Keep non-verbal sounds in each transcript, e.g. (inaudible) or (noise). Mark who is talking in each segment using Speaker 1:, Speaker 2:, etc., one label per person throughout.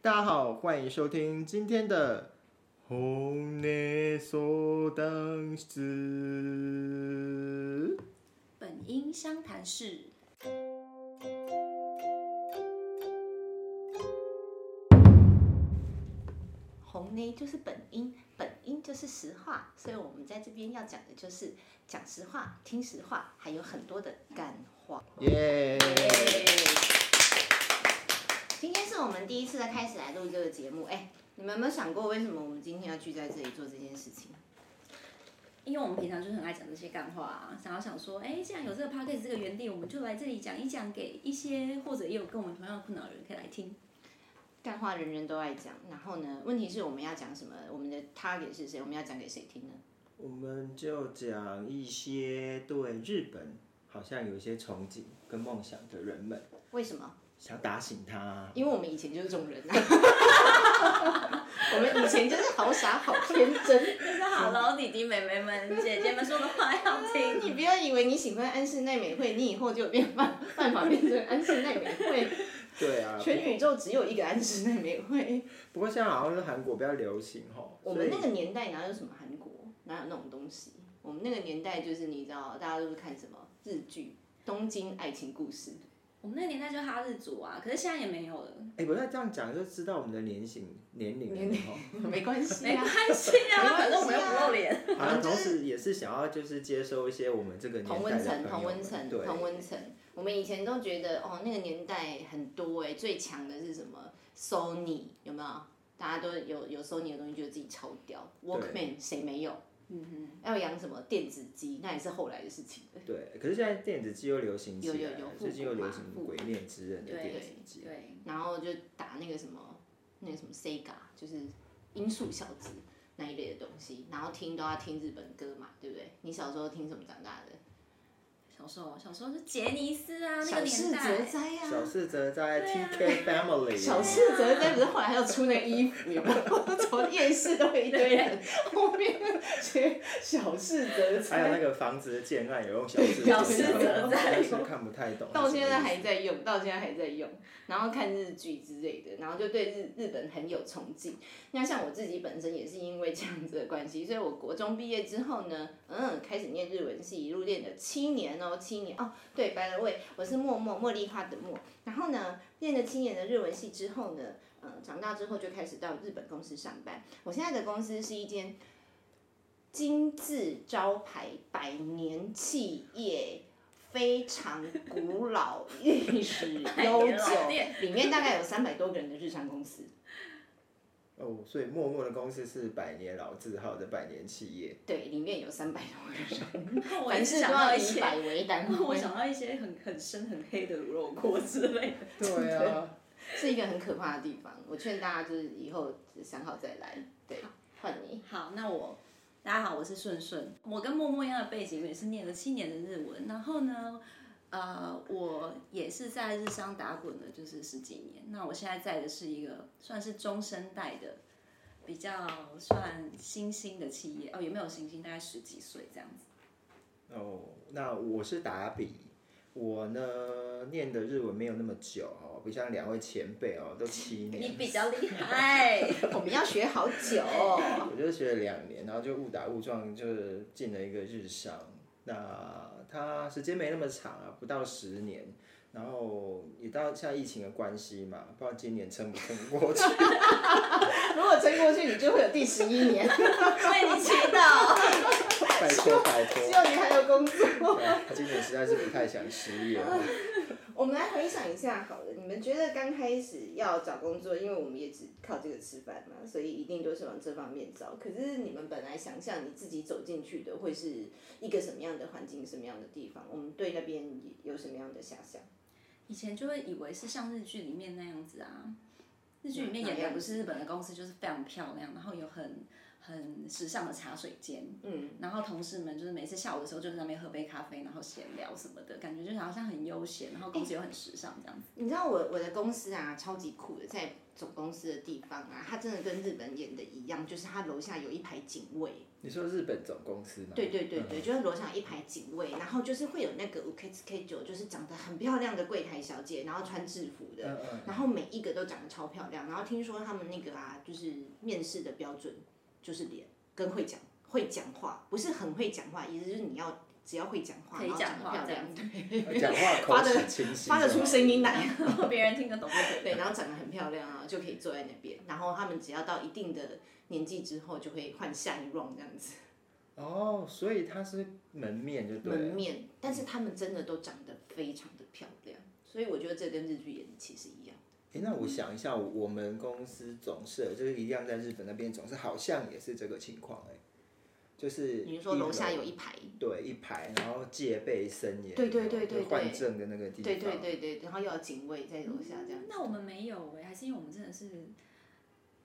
Speaker 1: 大家好，欢迎收听今天的《红内所当子》。
Speaker 2: 本音相谈室。红呢就是本音，本音就是实话，所以我们在这边要讲的就是讲实话、听实话，还有很多的干话。
Speaker 1: 耶、
Speaker 2: 今天是我们第一次的开始来录这个节目，哎，你们有没有想过为什么我们今天要聚在这里做这件事情？
Speaker 3: 因为我们平常就是很爱讲这些干话、啊，然后想说，哎，既然有这个 p o d c a s 这个原地，我们就来这里讲一讲，给一些或者也有跟我们同样困扰的人可以来听。
Speaker 2: 干话人人都爱讲，然后呢，问题是我们要讲什么？我们的 target 是谁？我们要讲给谁听呢？
Speaker 1: 我们就讲一些对日本好像有一些憧憬跟梦想的人们，
Speaker 2: 为什么？
Speaker 1: 想打醒他。
Speaker 2: 因为我们以前就是这种人啊。 (laughs) 我们以前就是好傻好天真，
Speaker 3: 大家好喽，弟弟、妹妹们、姐姐们说的话要听。
Speaker 2: 你不要以为你喜欢安室奈美惠，你以后就有变办办法变成安室奈美惠。
Speaker 1: 对啊，
Speaker 2: 全宇宙只有一个安室奈美惠。
Speaker 1: 不过现在好像是韩国比较流行吼。
Speaker 2: 我们那个年代哪有什么韩国，哪有那种东西？我们那个年代就是你知道，大家都是看什么日剧《东京爱情故事》，
Speaker 3: 我们那个年代就是哈日族啊，可是现在也没有了，
Speaker 1: 哎，不要这样讲就知道我们的年型年龄啊
Speaker 2: 年
Speaker 1: 了
Speaker 2: 龄
Speaker 1: 吼。
Speaker 2: 没关系
Speaker 3: (laughs) 没
Speaker 2: 啊
Speaker 3: 关。系
Speaker 2: 没关系
Speaker 3: 啊，
Speaker 2: 啊
Speaker 3: 反正我们又不露脸。
Speaker 1: 好了，
Speaker 2: 就
Speaker 1: 同
Speaker 2: 是
Speaker 1: 时也是想要就是接收一些我们这个年代
Speaker 2: (laughs) 同
Speaker 1: 的
Speaker 2: 温
Speaker 1: 朋
Speaker 2: 层，
Speaker 1: 友
Speaker 2: 同温
Speaker 1: 们
Speaker 2: 层，
Speaker 1: 对，
Speaker 2: 同温层。我们以前都觉得哦，那个年代很多哎、最强的是什么？Sony 有没有？大家都有有 Sony 的东西，觉得自己超屌。Walkman 谁没有？
Speaker 3: 嗯
Speaker 2: 要养什么电子机，那也是后来的事情。
Speaker 1: 对，可是现在电子机又流行起来了，
Speaker 2: 有有有复古
Speaker 1: 最近又流行
Speaker 2: 嘛
Speaker 1: 《
Speaker 2: 复古
Speaker 1: 鬼灭之刃》的
Speaker 3: 对
Speaker 1: 电子
Speaker 3: 哼，
Speaker 1: 机，
Speaker 3: 对，
Speaker 2: 然后就打那个什么，那个什么 Sega，就是音速小子那一类的东西，然后听都要听日本歌嘛，对不对？你小时候听什么长大的？
Speaker 3: 小时候小时候是杰尼斯啊，那个
Speaker 2: 小
Speaker 3: 年
Speaker 2: 室
Speaker 3: 代 (laughs)
Speaker 2: 哲。哉啊，
Speaker 1: 小四则在
Speaker 3: 对啊
Speaker 1: TK Family，
Speaker 2: (laughs) 小四哲在不是后来还有出那个衣服，有没有？ (laughs) 从夜市都有一堆人，后面学小四哲
Speaker 1: (laughs) 还有那
Speaker 2: 才，
Speaker 1: 个房子的建案有用小
Speaker 2: (laughs)
Speaker 1: 四
Speaker 3: 小
Speaker 2: 四则在
Speaker 1: 但是看不太懂，
Speaker 2: 到现在还在用，到现在还在用，然后看日剧之类的，然后就对日日本很有憧憬。那像我自己本身也是因为这样子的关系，所以我国中毕业之后呢，嗯，开始念日文系，一路练了七年哦，七年哦，对，白了位，我是默默茉莉花的茉，然后呢，练了七年的日文系之后呢，嗯、长大之后就开始到日本公司上班。我现在的公司是一间金字招牌百年企业，非常古老、历
Speaker 3: (laughs)
Speaker 2: 史悠
Speaker 3: 年老
Speaker 2: 久，里面大概有三百多个人的日常公司。
Speaker 1: 哦，所以默默的公司是百年老字号的百年企业，
Speaker 2: 对，里面有三百多个人，
Speaker 3: (laughs) 我
Speaker 2: 凡
Speaker 3: 也是
Speaker 2: 事
Speaker 3: 想
Speaker 2: 都
Speaker 3: 到
Speaker 2: 要
Speaker 3: 一
Speaker 2: 以
Speaker 3: 些， (laughs)
Speaker 2: 百为单
Speaker 3: 我
Speaker 2: 位，
Speaker 3: 想到一些很很深很黑的卤
Speaker 2: (laughs)
Speaker 3: 肉锅之类的。
Speaker 1: 对 (laughs) 啊，
Speaker 2: 是一个很可怕的地方。我劝大家就是以后想好再来。对，换你。 (laughs)
Speaker 3: 好，那我大家好，我是顺顺。我跟默默一样的背景，我也是念了七年的日文。然后呢，呃，我也是在日商打滚了，就是十几年。那我现在在的是一个算是中生代的，比较算新兴的企业哦，也没有新兴，大概十几岁这样子。
Speaker 1: 哦，那我是达比，我呢念的日文没有那么久哦，不像两位前辈哦，都七年，
Speaker 3: 比较厉
Speaker 2: (laughs)
Speaker 3: 害，
Speaker 2: 我们要学好久哦。
Speaker 1: 我就学了两年，然后就误打误撞就是进了一个日商，那它时间没那么长啊，不到十年，然后也到现在疫情的关系嘛，不知道今年撑不撑过 (laughs) 去。
Speaker 2: (laughs) 如果撑过去，你就会有第十一年，
Speaker 3: 为你祈祷。
Speaker 1: 拜托拜
Speaker 2: 只
Speaker 1: 托，
Speaker 2: 有你还有工作。
Speaker 1: 哎今年实在是不太想失业
Speaker 2: 呃
Speaker 1: 了。
Speaker 2: 我们来回想一下好了，你们觉得刚开始要找工作，因为我们也只靠这个吃饭嘛，所以一定都是往这方面找。可是你们本来想象你自己走进去的会是一个什么样的环境，什么样的地方？我们对那边有什么样的遐想？
Speaker 3: 以前就会以为是像日剧里面那样子啊，日剧里面
Speaker 2: 哪
Speaker 3: 演
Speaker 2: 嗯哪样
Speaker 3: 的不是日本的公司，就是非常漂亮，然后有很很时尚的茶水间，
Speaker 2: 嗯，
Speaker 3: 然后同事们就是每次下午的时候就在那边喝杯咖啡，然后闲聊什么的，感觉就是好像很悠闲，然后公司又很时尚这样子。
Speaker 2: 你知道我我的公司啊，超级酷的，在总公司的地方啊，它真的跟日本演的一样，就是它楼下有一排警卫。
Speaker 1: 你说日本总公司吗？嗯
Speaker 2: 对对对对，就是楼上一排警卫，然后就是会有那个 UK K 九，就是长得很漂亮的柜台小姐，然后穿制服的，
Speaker 1: 嗯嗯
Speaker 2: 然后每一个都长得超漂亮。然后听说他们那个啊，就是面试的标准就是脸跟会讲会讲话，不是很会讲话，意思就是你要只要会讲话，
Speaker 3: 可以
Speaker 2: 然后
Speaker 3: 讲
Speaker 2: 长得
Speaker 3: 话
Speaker 2: 漂
Speaker 3: 这
Speaker 2: 亮
Speaker 3: 样，
Speaker 1: 嗯，讲话口齿清晰，
Speaker 2: 发得出声音来。 (laughs)
Speaker 3: 然后别人听得懂就 (laughs) 可以。
Speaker 2: 对，然后长得很漂亮啊，就可以坐在那边。然后他们只要到一定的年纪之后，就会换下一 round 这样子
Speaker 1: 哦，所以它是门面就对
Speaker 2: 门
Speaker 1: 了。
Speaker 2: 面。但是他们真的都长得非常的漂亮，所以我觉得这跟日剧演的其实一样。
Speaker 1: 诶那我想一下，我们公司总社就是一样在日本那边总社，好像也是这个情况哎、就是
Speaker 2: 你是说楼下
Speaker 1: 一
Speaker 2: 有一排？
Speaker 1: 对一排，然后戒备森严，
Speaker 2: 对对对对
Speaker 1: 就换证的那个地方，
Speaker 2: 对对对对，然后又有警卫在楼下这样。
Speaker 3: 那我们没有哎、还是因为我们真的是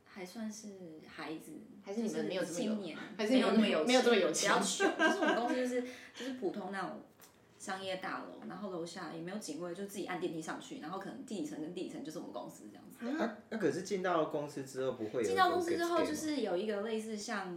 Speaker 3: 还算是孩子，
Speaker 1: 嗯
Speaker 2: 还是你们没有这
Speaker 3: 就
Speaker 2: 么
Speaker 3: 是青年，
Speaker 2: 还是你们
Speaker 3: 没有
Speaker 2: 没有这么有
Speaker 3: 钱，不要去。就是我们公司就是就是普通那种商业大楼，然后楼下也没有警卫，就自己按电梯上去，然后可能地底层跟地底层就是我们公司这样子。
Speaker 1: 啊，那可是进到公司之后不会有
Speaker 3: 进到
Speaker 1: 一个
Speaker 3: 公司之后，
Speaker 1: gate
Speaker 3: 就
Speaker 1: gate 吗
Speaker 3: 是有一个类似像。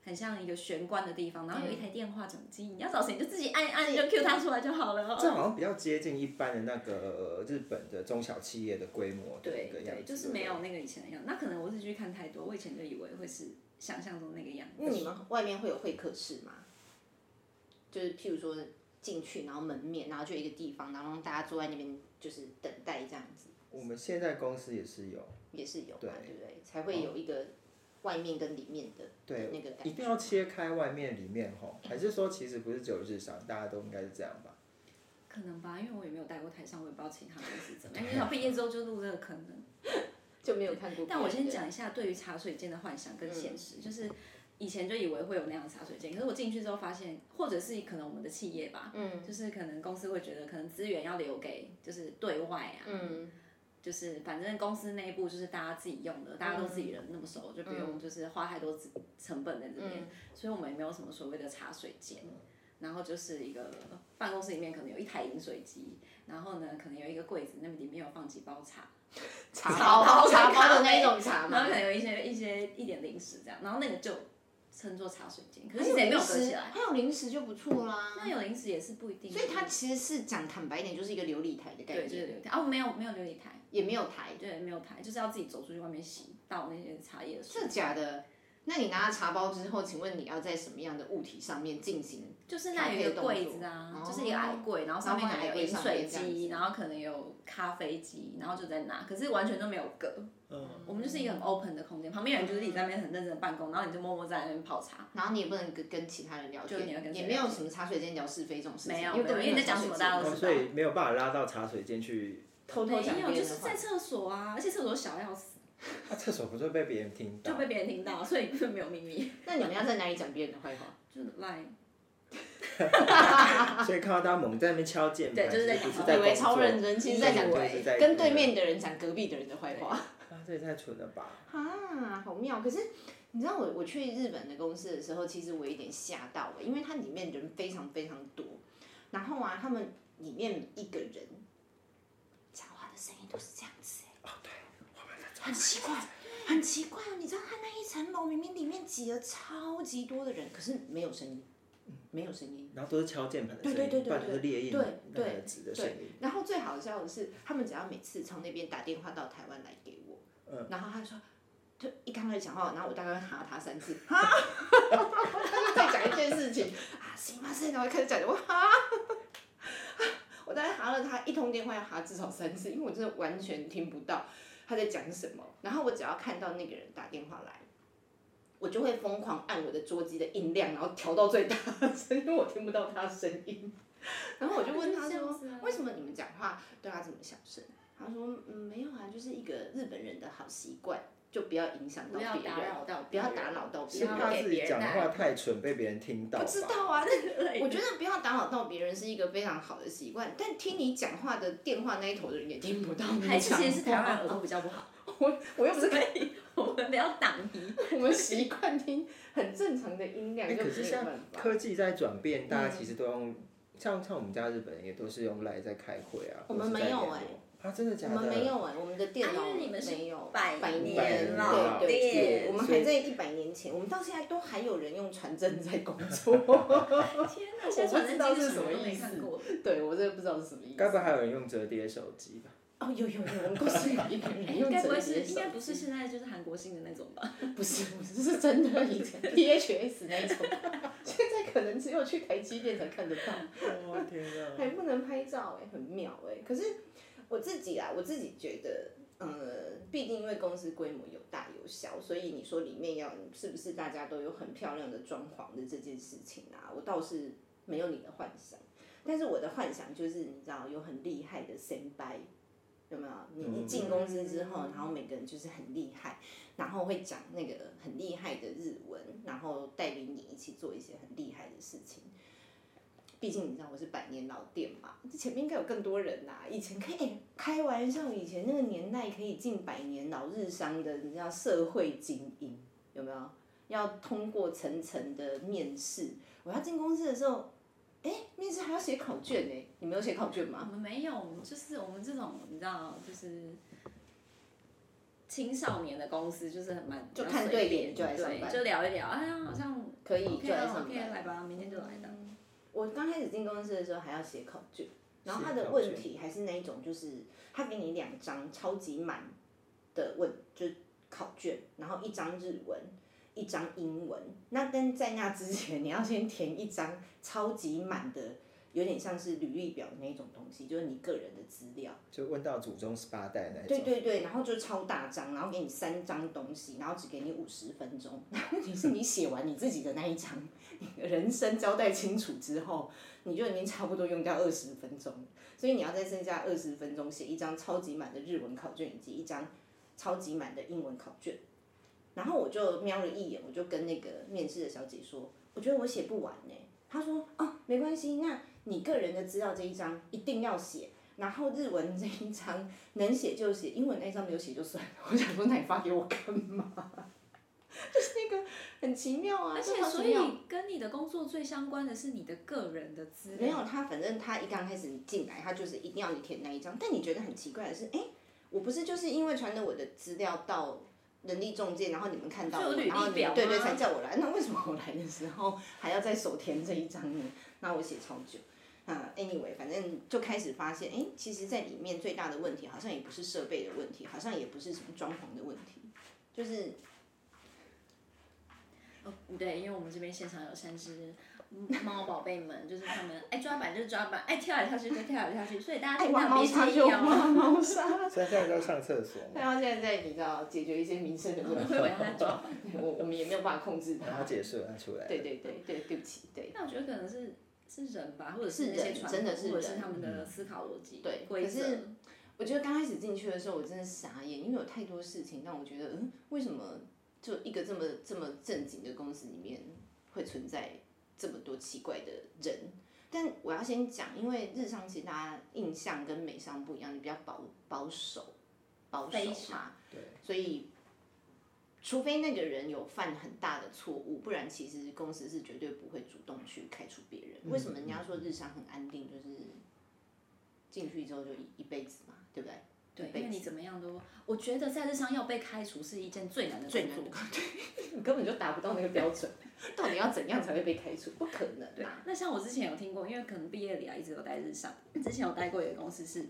Speaker 3: 很像一个玄关的地方，然后有一台电话转机，你要找谁你就自己按一按，就 Q 他出来就好了哦。
Speaker 1: 这好像比较接近一般的那个呃日本的中小企业的规模的
Speaker 3: 对
Speaker 1: 一个样子，
Speaker 3: 就是没有那个以前的样子。那可能我是去看太多，我以前就以为会是想象中那个样子。
Speaker 2: 那你们外面会有会客室吗？就是譬如说进去，然后门面，然后就一个地方，然后让大家坐在那边就是等待这样子，
Speaker 1: 我们现在公司也是有，
Speaker 2: 也是有嘛，
Speaker 1: 对
Speaker 2: 对不对？才会有一个外面跟里面的
Speaker 1: 对，
Speaker 2: 那个感
Speaker 1: 一定要切开外面里面吼，还是说其实不是只有日商，大家都应该是这样吧？
Speaker 3: 可能吧，因为我也没有带过台上，我也不知道其他公司怎么样。因为我毕业之后就入这个坑了。
Speaker 2: 就没有看过别人的。嗯
Speaker 3: 但我先讲一下对于茶水间的幻想跟现实，就是以前就以为会有那样的茶水间，可是我进去之后发现，或者是可能我们的企业吧，嗯，就是可能公司会觉得可能资源要留给就是对外啊，
Speaker 2: 嗯，
Speaker 3: 就是反正公司内部就是大家自己用的，大家都
Speaker 2: 嗯
Speaker 3: 自己人那么熟，就不用就是花太多资成本在这边，
Speaker 2: 嗯
Speaker 3: 所以我们也没有什么所谓的茶水间。然后就是一个办公室里面可能有一台饮水机，然后呢可能有一个柜子，那里面有放几包茶，
Speaker 2: 茶
Speaker 3: 包
Speaker 2: 包茶
Speaker 3: 茶包
Speaker 2: 包
Speaker 3: 的
Speaker 2: 的
Speaker 3: 那
Speaker 2: 那
Speaker 3: 一
Speaker 2: 一
Speaker 3: 种
Speaker 2: 种茶
Speaker 3: 然
Speaker 2: 嘛
Speaker 3: 后可，能有一些一些一点零食这样，然后那个就称作茶水间，可
Speaker 2: 还
Speaker 3: 是
Speaker 2: 有
Speaker 3: 也没有
Speaker 2: 零
Speaker 3: 隔起
Speaker 2: 食，
Speaker 3: 来。
Speaker 2: 还有零食就不错啦。
Speaker 3: 那有零食也是不一定，啊
Speaker 2: 所以它其实是讲坦白一点，就是一个琉璃台的概
Speaker 3: 对就是
Speaker 2: 念，
Speaker 3: 琉璃台哦，没有没有琉璃台，
Speaker 2: 也没有台，
Speaker 3: 对，没有台，就是要自己走出去外面洗倒那些茶叶水
Speaker 2: 真的，假的？那你拿了茶包之后，请问你要在什么样的物体上面进行？
Speaker 3: 就是那有一个柜子啊，
Speaker 2: 哦
Speaker 3: 就是一个矮柜，然后上面可能有饮
Speaker 2: 然后放在
Speaker 3: 水
Speaker 2: 矮柜上面这
Speaker 3: 机，
Speaker 2: 样子
Speaker 3: 然后可能有咖啡机，然后就在那，可是完全都没有隔。我们就是一个很 open 的空间，旁边有人就是自己在那边很认真地办公，然后你就默默在那边泡茶。
Speaker 2: 然后你也不能跟跟其他人聊
Speaker 3: 就
Speaker 2: 天
Speaker 3: 你要，跟谁
Speaker 2: 也没有什么茶水间聊是非这种事情，
Speaker 3: 没有
Speaker 2: 因为根本
Speaker 3: 没有因为你在讲什么大家都
Speaker 1: 哦，
Speaker 3: 知
Speaker 1: 所
Speaker 3: 道
Speaker 1: 以没有办法拉到茶水间去，
Speaker 2: 偷
Speaker 3: 没
Speaker 2: 偷讲别
Speaker 3: 有，
Speaker 2: 人
Speaker 3: 就是
Speaker 2: 的话
Speaker 3: 在。厕所啊，而且厕所小要死，
Speaker 1: 那、厕所不是会被别人听
Speaker 3: 就
Speaker 1: 到？
Speaker 3: 被别人听到，所以就没有秘密。
Speaker 2: 那你们要在哪里讲别人的坏
Speaker 3: (laughs)
Speaker 2: 话？
Speaker 3: 就来，
Speaker 1: 所以看到他猛在那边敲键盘，
Speaker 3: 对就是在
Speaker 1: 不是
Speaker 3: 讲
Speaker 1: 在
Speaker 2: 以为
Speaker 1: 工作
Speaker 2: 超认真，其实在讲
Speaker 1: 以为是在
Speaker 2: 跟对面的人讲隔壁的人的坏话。
Speaker 1: 啊，这也太蠢了吧！
Speaker 2: 啊，好妙！可是你知道我我去日本的公司的时候，其实我有点吓到欸了，因为它里面人非常非常多，然后啊，他们里面一个人讲话的声音都是这样子、
Speaker 1: 哦，
Speaker 2: 欸，
Speaker 1: 对，我们在
Speaker 2: 很奇怪，很奇怪哦！你知道他那一层楼明明里面挤了超级多的人，可是没有声音，没有声音。
Speaker 1: 然后都是敲键盘的声音，
Speaker 2: 对对对对
Speaker 1: 不然就是猎印
Speaker 2: 对
Speaker 1: 那
Speaker 2: 对
Speaker 1: 个纸的声
Speaker 2: 对
Speaker 1: 音。，
Speaker 2: 然后最好笑的是，他们只要每次从那边打电话到台湾来给我，然后他说，就一刚开始讲话，然后我大概会哈他三次，哈， (laughs) 他就在讲一件事情啊，行吧，行，然后开始讲，我哈，我大概哈了他一通电话要哈至少三次，因为我真的完全听不到他在讲什么，然后我只要看到那个人打电话来。我就会疯狂按我的桌机的音量，然后调到最大声，因为我听不到他的声音。然后我就问他说：“为什么你们讲话对他这么小声？他说，嗯，没有啊，就是一个日本人的好习惯，就不要影响到
Speaker 3: 不
Speaker 2: 别
Speaker 3: 要
Speaker 2: 人，
Speaker 3: 打扰到
Speaker 2: 不要
Speaker 3: (laughs)
Speaker 2: 打扰到别
Speaker 1: 是
Speaker 2: 人。
Speaker 1: 怕自己讲
Speaker 3: 不要
Speaker 1: 话
Speaker 3: 给别人
Speaker 1: 太蠢被别人听到吧？
Speaker 2: 不知道啊，但
Speaker 3: 对
Speaker 2: (laughs) 我觉得不要打扰到别人是一个非常好的习惯。但听你讲话的电话那一头的人也听不到你
Speaker 3: 还
Speaker 2: 讲
Speaker 3: 是其实是台湾人
Speaker 2: 话，
Speaker 3: 耳朵比较不好，
Speaker 2: 我我又不是可以，
Speaker 3: 我们不要挡你。
Speaker 2: 我们习惯听很正常的音量，
Speaker 1: 哎
Speaker 2: 就
Speaker 1: 可
Speaker 2: 没
Speaker 1: 是
Speaker 2: 有
Speaker 1: 像
Speaker 2: 办法。
Speaker 1: 科技在转变，大家其实都
Speaker 2: 嗯
Speaker 1: 用，像像我们家日本人也都是用赖在开会啊，
Speaker 2: 我们
Speaker 1: 或是在
Speaker 2: 没有
Speaker 1: 联络
Speaker 2: 哎
Speaker 1: 啊，真的假的？
Speaker 2: 我们没有哎、我们的电脑
Speaker 3: 啊因为你们是
Speaker 2: 没有
Speaker 3: 百
Speaker 2: 百
Speaker 3: 年
Speaker 2: 年
Speaker 1: 老
Speaker 2: 对对
Speaker 1: 店
Speaker 2: 对，我们
Speaker 1: 所以
Speaker 2: 还在一百年前，我们到现在都还有人用传真在工
Speaker 1: (laughs)
Speaker 2: 作。
Speaker 3: 天哪，现在传真机是什么都没看过。
Speaker 2: 对我真的不知道是什么意思。
Speaker 1: 该不会还有人用折叠手机吧？
Speaker 2: 哦，有有有，我们公司有一个
Speaker 3: 哎，
Speaker 2: 人
Speaker 3: 应
Speaker 2: 用
Speaker 3: 该不
Speaker 2: 折
Speaker 3: 会是，
Speaker 2: 叠手
Speaker 3: 应该不是现在就是韩国新的那种吧？
Speaker 2: 不是不是是真的以 (laughs) 前 PHS 那种，现在可能只有去台积电才看得到，
Speaker 1: (laughs) 哦天啊！
Speaker 2: 还不能拍照哎、很妙哎、可是我自己啊啦，我自己觉得，呃，毕竟因为公司规模有大有小，所以你说里面要是不是大家都有很漂亮的装潢的这件事情啊，我倒是没有你的幻想。但是我的幻想就是，你知道有很厉害的先拜，有没有？你一进公司之后，然后每个人就是很厉害，然后会讲那个很厉害的日文，然后带领你一起做一些很厉害的事情。毕竟你知道我是百年老店嘛，这前面应该有更多人呐、以前可以、哎开玩笑，以前那个年代可以进百年老日商的，你知道社会精英有没有？要通过层层的面试。我要进公司的时候，哎、面试还要写考卷呢、你没有写考卷吗
Speaker 3: 我？们没有，我们就是我们这种你知道，就是青少年的公司，就是很蛮
Speaker 2: 就
Speaker 3: 比较
Speaker 2: 看
Speaker 3: 随
Speaker 2: 对
Speaker 3: 便
Speaker 2: 眼就来上
Speaker 3: 对
Speaker 2: 班
Speaker 3: 就聊一聊，哎呀，好像
Speaker 2: 可以
Speaker 3: OK
Speaker 2: 就来
Speaker 3: 啊
Speaker 2: 上
Speaker 3: OK
Speaker 2: 班
Speaker 3: 来吧，明天就来的。
Speaker 2: 我刚开始进公司的时候还要写考卷，然后他
Speaker 1: 写
Speaker 2: 的
Speaker 1: 考
Speaker 2: 问题还是那一种，就是他给你两张超级满的问，就是考卷，然后一张日文，一张英文。那但在那之前，你要先填一张超级满的，有点像是履历表的那种东西，就是你个人的资料。
Speaker 1: (laughs) 就问到祖宗十八代那一
Speaker 2: 对
Speaker 1: 种，
Speaker 2: 对对，然后就超大张，然后给你三张东西，然后只给你五十分钟。 (laughs) 然后你是你写完你自己的那一张，你的人生交代清楚之后，你就已经差不多用掉二十分钟了，所以你要在剩下二十分钟写一张超级满的日文考卷以及一张超级满的英文考卷。然后我就瞄了一眼，我就跟那个面试的小姐说，我觉得我写不完呢、她说哦，没关系，那你个人的资料这一张一定要写，然后日文这一张。能写就写，英文那一张没有写就算了。 (laughs) 我想说，那你发给我干嘛？就是那个很奇妙啊，
Speaker 3: 而
Speaker 2: 这
Speaker 3: 且，
Speaker 2: 好
Speaker 3: 所
Speaker 2: 奇妙
Speaker 3: 以跟你的工作最相关的是你的个人的资料。
Speaker 2: 没有他，反正他一刚开始你进来，他就是一定要你填那一张。但你觉得很奇怪的是，哎、我不是就是因为传了我的资料到人力中介，然后你们看到
Speaker 3: 就有
Speaker 2: 我，
Speaker 3: 履历
Speaker 2: 然后你
Speaker 3: 表
Speaker 2: 们对对
Speaker 3: 吗
Speaker 2: 才叫我来，那为什么我来的时候还要再手填这一张呢？那我写超久。啊、a n y w a y 反正就开始发现，哎、其实在里面最大的问题好像也不是设备的问题，好像也不是什么装潢的问题，就是
Speaker 3: 哦，对，因为我们这边现场有三只猫宝贝们，就是它们哎爱抓板就抓板，爱跳来跳去就跳来跳去，所以大家
Speaker 2: 爱
Speaker 3: 听
Speaker 2: 挖
Speaker 3: 到
Speaker 2: 哎猫
Speaker 3: 别啊
Speaker 2: 砂
Speaker 3: 太
Speaker 2: 就
Speaker 3: 腰。
Speaker 2: 挖猫砂。
Speaker 1: 所以现在都上厕所嘛，
Speaker 2: 但他现在在你知道解决一些民生的问
Speaker 3: (laughs)
Speaker 2: 题，
Speaker 3: 我以为他抓
Speaker 2: (laughs) 我我们也没有办法控制
Speaker 1: 然后
Speaker 2: 他。
Speaker 1: 结束了，他出来了。
Speaker 2: 对对对对，对不起，对
Speaker 3: 那我觉得可能是是人吧，或者
Speaker 2: 是
Speaker 3: 那些
Speaker 2: 人
Speaker 3: 传
Speaker 2: 真的
Speaker 3: 统
Speaker 2: 是
Speaker 3: 或者是
Speaker 2: 人嗯
Speaker 3: 他们的思考逻辑、
Speaker 2: 对
Speaker 3: 规
Speaker 2: 可
Speaker 3: 则。
Speaker 2: 是我觉得刚开始进去的时候，我真的傻眼，因为有太多事情让我觉得，嗯，为什么就一个这么这么正经的公司里面会存在这么多奇怪的人？但我要先讲，因为日商其实大家印象跟美商不一样，你比较保保守，保守
Speaker 3: 非
Speaker 2: 嘛，
Speaker 1: 对，
Speaker 2: 所以除非那个人有犯很大的错误，不然其实公司是绝对不会主动去开除别人。为什么人家说日商很安定，就是进去之后就一一辈子嘛，对不对？
Speaker 3: 对，
Speaker 2: 一辈
Speaker 3: 因为你
Speaker 2: 子
Speaker 3: 怎么样都，我觉得在日商要被开除是一件最难的
Speaker 2: 最
Speaker 3: 工
Speaker 2: 难
Speaker 3: 作
Speaker 2: 的。
Speaker 3: (laughs)
Speaker 2: 你根本就达不到那个标准， (laughs) 到底要怎样才会被开除？不可能
Speaker 3: 对
Speaker 2: 啊！，
Speaker 3: 那像我之前有听过，因为可能毕业礼啊一直有待日上，之前有待过一个公司是，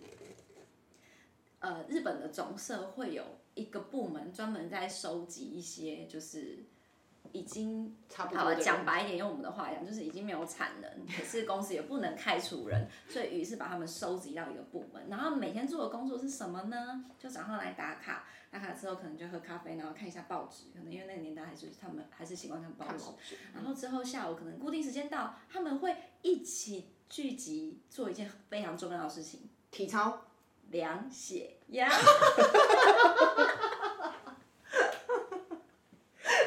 Speaker 3: 呃，日本的总社会有一个部门专门在收集一些就是已经
Speaker 2: 差不多
Speaker 3: 好
Speaker 2: 的
Speaker 3: 了，
Speaker 2: 人
Speaker 3: 讲白一点，用我们的话讲，就是已经没有产能，可是公司也不能开除人，所以于是把他们收集到一个部门，然后每天做的工作是什么呢？就早上来打卡，打卡之后可能就喝咖啡，然后看一下报纸，可能因为那个年代还是他们还是习惯看报
Speaker 2: 看嗯
Speaker 3: 纸，
Speaker 2: 毛病
Speaker 3: 然后之后下午可能固定时间到，他们会一起聚集做一件非常重要的事情
Speaker 2: 体操，
Speaker 3: ——量血
Speaker 2: (laughs)
Speaker 3: 压。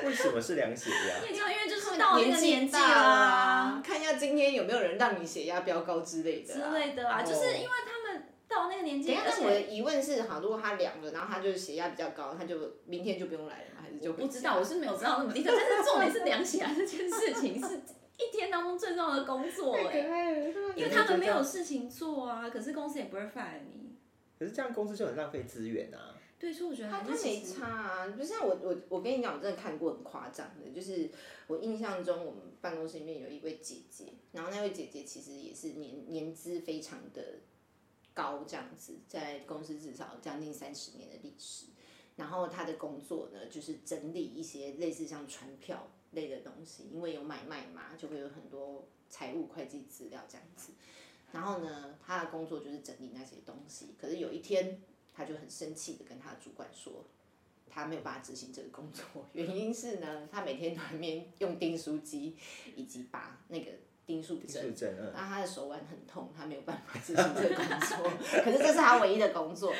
Speaker 1: 为什么是量血压？
Speaker 3: 你知道，因为就是到那个年纪啊
Speaker 2: 大啊
Speaker 3: 啦
Speaker 2: 啦，看一下今天有没有人让你血压飙高之类的
Speaker 3: 之
Speaker 2: 啊、
Speaker 3: 类的啊，
Speaker 1: 哦
Speaker 3: 就是因为他们到那个个年
Speaker 2: 等
Speaker 3: 纪，
Speaker 2: 一下，
Speaker 3: 而
Speaker 2: 那我的
Speaker 3: 且
Speaker 2: 疑问是，好，如果他凉了，然后他就是血压比较高，他就明天就不用来了吗？还是就
Speaker 3: 我
Speaker 2: 回
Speaker 3: 不
Speaker 2: 家
Speaker 3: 知道，我是没有知道那么低调，但是重点是量起来这件事情是一天当中最重要的工作哎、
Speaker 2: 爱了，因
Speaker 3: 因为他们没有事情做啊，可是公司也不会 fire 你。
Speaker 1: 可是这样公司就很浪费资源啊。
Speaker 3: 对，所以我觉得
Speaker 2: 他
Speaker 3: 还
Speaker 2: 他
Speaker 3: 是
Speaker 2: 没
Speaker 3: 其实
Speaker 2: 差啊，不是啊，我我我跟你讲，我真的看过很夸张的，就是我印象中我们办公室里面有一位姐姐，然后那位姐姐其实也是年年资非常的高，这样子在公司至少将近三十年的历史，然后她的工作呢就是整理一些类似像传票类的东西，因为有买卖嘛，就会有很多财务会计资料这样子。然后呢，她的工作就是整理那些东西。可是有一天，他就很生气的跟他的主管说，他没有办法执行这个工作， (laughs) 原因是呢，他每天都在那边用订书机以及把那个订书针
Speaker 1: 是真的，
Speaker 2: 那他的手腕很痛，他没有办法执行这个工作。可是这是他唯一的工作，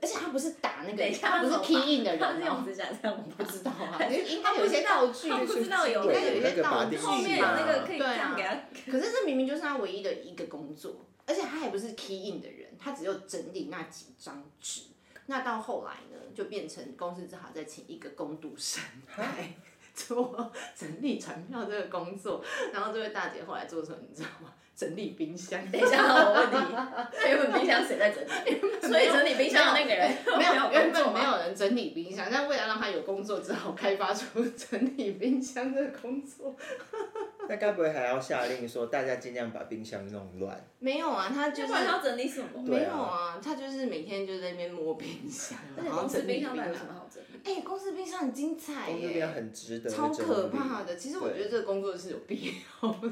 Speaker 2: 而且他不是打那
Speaker 3: 等一
Speaker 2: 个，
Speaker 3: 下
Speaker 2: 他不是
Speaker 3: 他是
Speaker 2: key in 的
Speaker 3: 他
Speaker 2: 人
Speaker 3: 是
Speaker 2: 哦
Speaker 3: 用。指甲这样
Speaker 2: (laughs) 不
Speaker 3: 吗？
Speaker 2: 知道啊，
Speaker 3: 还
Speaker 2: 因为应该有一些道具，
Speaker 3: 他不知道有
Speaker 2: 应该有一
Speaker 1: 那
Speaker 2: 些
Speaker 1: 个
Speaker 2: 道
Speaker 1: 把
Speaker 2: 具
Speaker 1: 定
Speaker 2: 吧。
Speaker 3: 后面有那个可以
Speaker 2: 对
Speaker 3: 这
Speaker 2: 啊
Speaker 3: 样给他，
Speaker 2: (laughs) 可是这明明就是他唯一的一个工作，而且他还不是 key in 的人，他只有整理那几张纸。那到后来呢，就变成公司只好再请一个工读生来 (laughs) 做整理传票这个工作。然后这位大姐后来做什么，你知道吗？整理冰箱。
Speaker 3: 等一下，哦我问你，原本冰箱谁在整理？所以整理冰箱的那个人
Speaker 2: 没有，原本没
Speaker 3: 有工作吗。
Speaker 2: 有人整理冰箱，但为了让他有工作，只好开发出整理冰箱这个工作。
Speaker 1: 那该不会还要下令说大家尽量把冰箱弄乱？
Speaker 2: 没有啊，他就
Speaker 3: 要
Speaker 2: 是
Speaker 3: 不然他要整理什么？
Speaker 2: 没有啊，他就是每天就在那边摸冰箱，
Speaker 3: 而且
Speaker 2: 然后
Speaker 3: 公司
Speaker 2: 整理
Speaker 3: 冰箱
Speaker 2: 箱
Speaker 3: 到底有什么好整理？
Speaker 2: 哎、公司冰箱很精彩
Speaker 1: 公司
Speaker 2: 耶，
Speaker 1: 边很值得，
Speaker 2: 哎超可怕。的。其实我觉得这个工作是有必要的。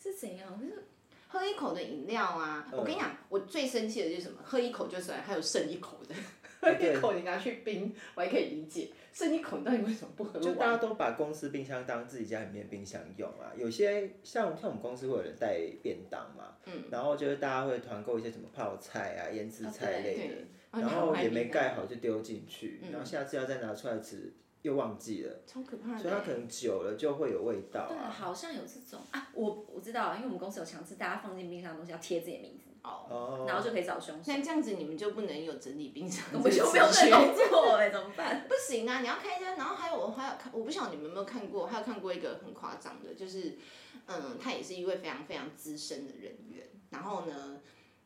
Speaker 3: 是怎样？就是
Speaker 2: 喝一口的饮料啊，
Speaker 1: 嗯
Speaker 2: 我跟你讲，我最生气的就是什么？喝一口就算，还有剩一口的， (laughs) 喝
Speaker 1: 哦
Speaker 2: 一口你拿去冰，我还可以理解。剩一口，你到底为什么不喝
Speaker 1: 就大家
Speaker 2: 完？
Speaker 1: 都把公司冰箱当自己家里面冰箱用啊，有些像像我们公司会有人带便当嘛，
Speaker 2: 嗯，
Speaker 1: 然后就是大家会团购一些什么泡菜啊、腌制菜类的，
Speaker 2: 哦对，
Speaker 1: 然后也没盖
Speaker 2: 好，
Speaker 1: 好就丢进去，
Speaker 2: 嗯
Speaker 1: 然后下次要再拿出来吃又忘记了，
Speaker 2: 超可怕的。
Speaker 1: 所以它可能久了就会有味道
Speaker 3: 对啊，
Speaker 1: 啊。
Speaker 3: 好像有这种啊，我我知道，因为我们公司有强制大家放进冰箱的东西要贴自己的名字，
Speaker 2: 哦，
Speaker 1: 哦，
Speaker 3: 然后就可以找凶手。
Speaker 2: 那这样子你们就不能有整理冰箱这
Speaker 3: 我
Speaker 2: 个
Speaker 3: 们
Speaker 2: 职缺，
Speaker 3: 就没有这个工作哎，怎么 (laughs) 办？
Speaker 2: 不行啊！你要开一家，然后还有我还有看，我不晓得你们有没有看过，还有看过一个很夸张的，就是，嗯，他也是一位非常非常资深的人员，然后呢，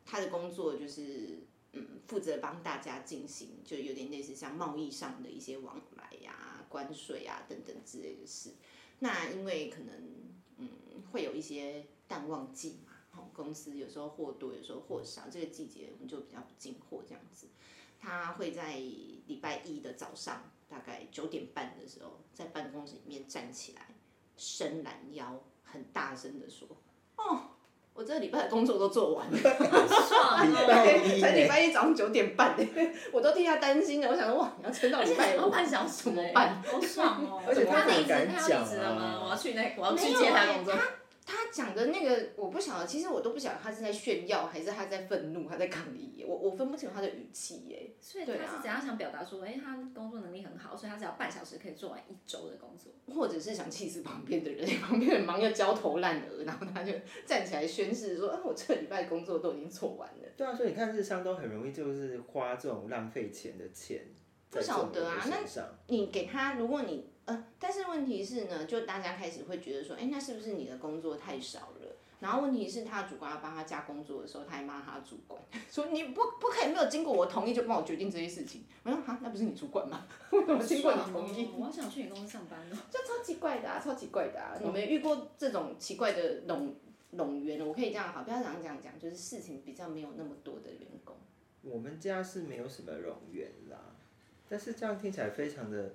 Speaker 2: 他的工作就是，嗯，负责帮大家进行，就有点类似像贸易上的一些往来呀、关税啊等等之类的事。那因为可能，嗯，会有一些淡旺季嘛，哦，公司有时候货多，有时候货少，这个季节我们就比较不进货这样子。他会在礼拜一的早上，大概九点半的时候，在办公室里面站起来，伸懒腰，很大声的说：“哦，我这个礼拜的工作都做完了，
Speaker 3: 爽
Speaker 1: 礼
Speaker 3: 哦！
Speaker 1: 拜一
Speaker 2: 才礼
Speaker 1: 呢，
Speaker 2: 拜一早上九点半， (laughs) 我都替他担心了。我想说，哇，你要撑到
Speaker 3: 而
Speaker 2: 礼
Speaker 3: 且
Speaker 2: 拜
Speaker 3: 还要
Speaker 2: 五，
Speaker 3: 半小时，
Speaker 2: 怎么办？
Speaker 3: 好爽哦！
Speaker 1: 而且
Speaker 3: 他
Speaker 1: 他
Speaker 3: 离
Speaker 1: 很
Speaker 3: 职，
Speaker 1: 敢
Speaker 3: 他要
Speaker 1: 讲
Speaker 3: 离职了吗？
Speaker 1: 啊
Speaker 3: 我要去那，我要去欸接他工作
Speaker 2: 没有。啊他讲的那个我不晓得，其实我都不晓得他是在炫耀还是他在愤怒，他在抗议耶。我我分不清楚他的语气耶。
Speaker 3: 所以
Speaker 2: 对
Speaker 3: 他
Speaker 2: 啊
Speaker 3: 是怎样想表达说，哎，他工作能力很好，所以他只要半小时可以做完一周的工作。
Speaker 2: 或者是想气死旁边的人， (laughs) 旁边人忙得焦头烂额，然后他就站起来宣誓说：“啊，我这礼拜工作都已经做完了。
Speaker 1: 对啊，所以你看日商都很容易就是花这种浪费钱的钱在
Speaker 2: 不
Speaker 1: 这
Speaker 2: 晓
Speaker 1: 种
Speaker 2: 得
Speaker 1: 人
Speaker 2: 啊
Speaker 1: 身上。”
Speaker 2: 你给他，如果你呃，但是问题是呢，就大家开始会觉得说：“哎，那是不是你的工作太少了？”然后问题是，他主管要帮他加工作的时候，他还骂他主管 (laughs) 说：“你不不可以没有经过我同意就帮我决定这些事情。”我说：“哈，那不是你主管吗？ (laughs) 为什么经过你同意？”
Speaker 3: 哦我好想去你公司上班哦。
Speaker 2: 就超奇怪的啊，超奇怪的啊！你们遇过这种奇怪的拢拢员？我可以这样好，不要讲讲讲，就是事情比较没有那么多的员工。
Speaker 1: 我们家是没有什么冗员啦，但是这样听起来非常的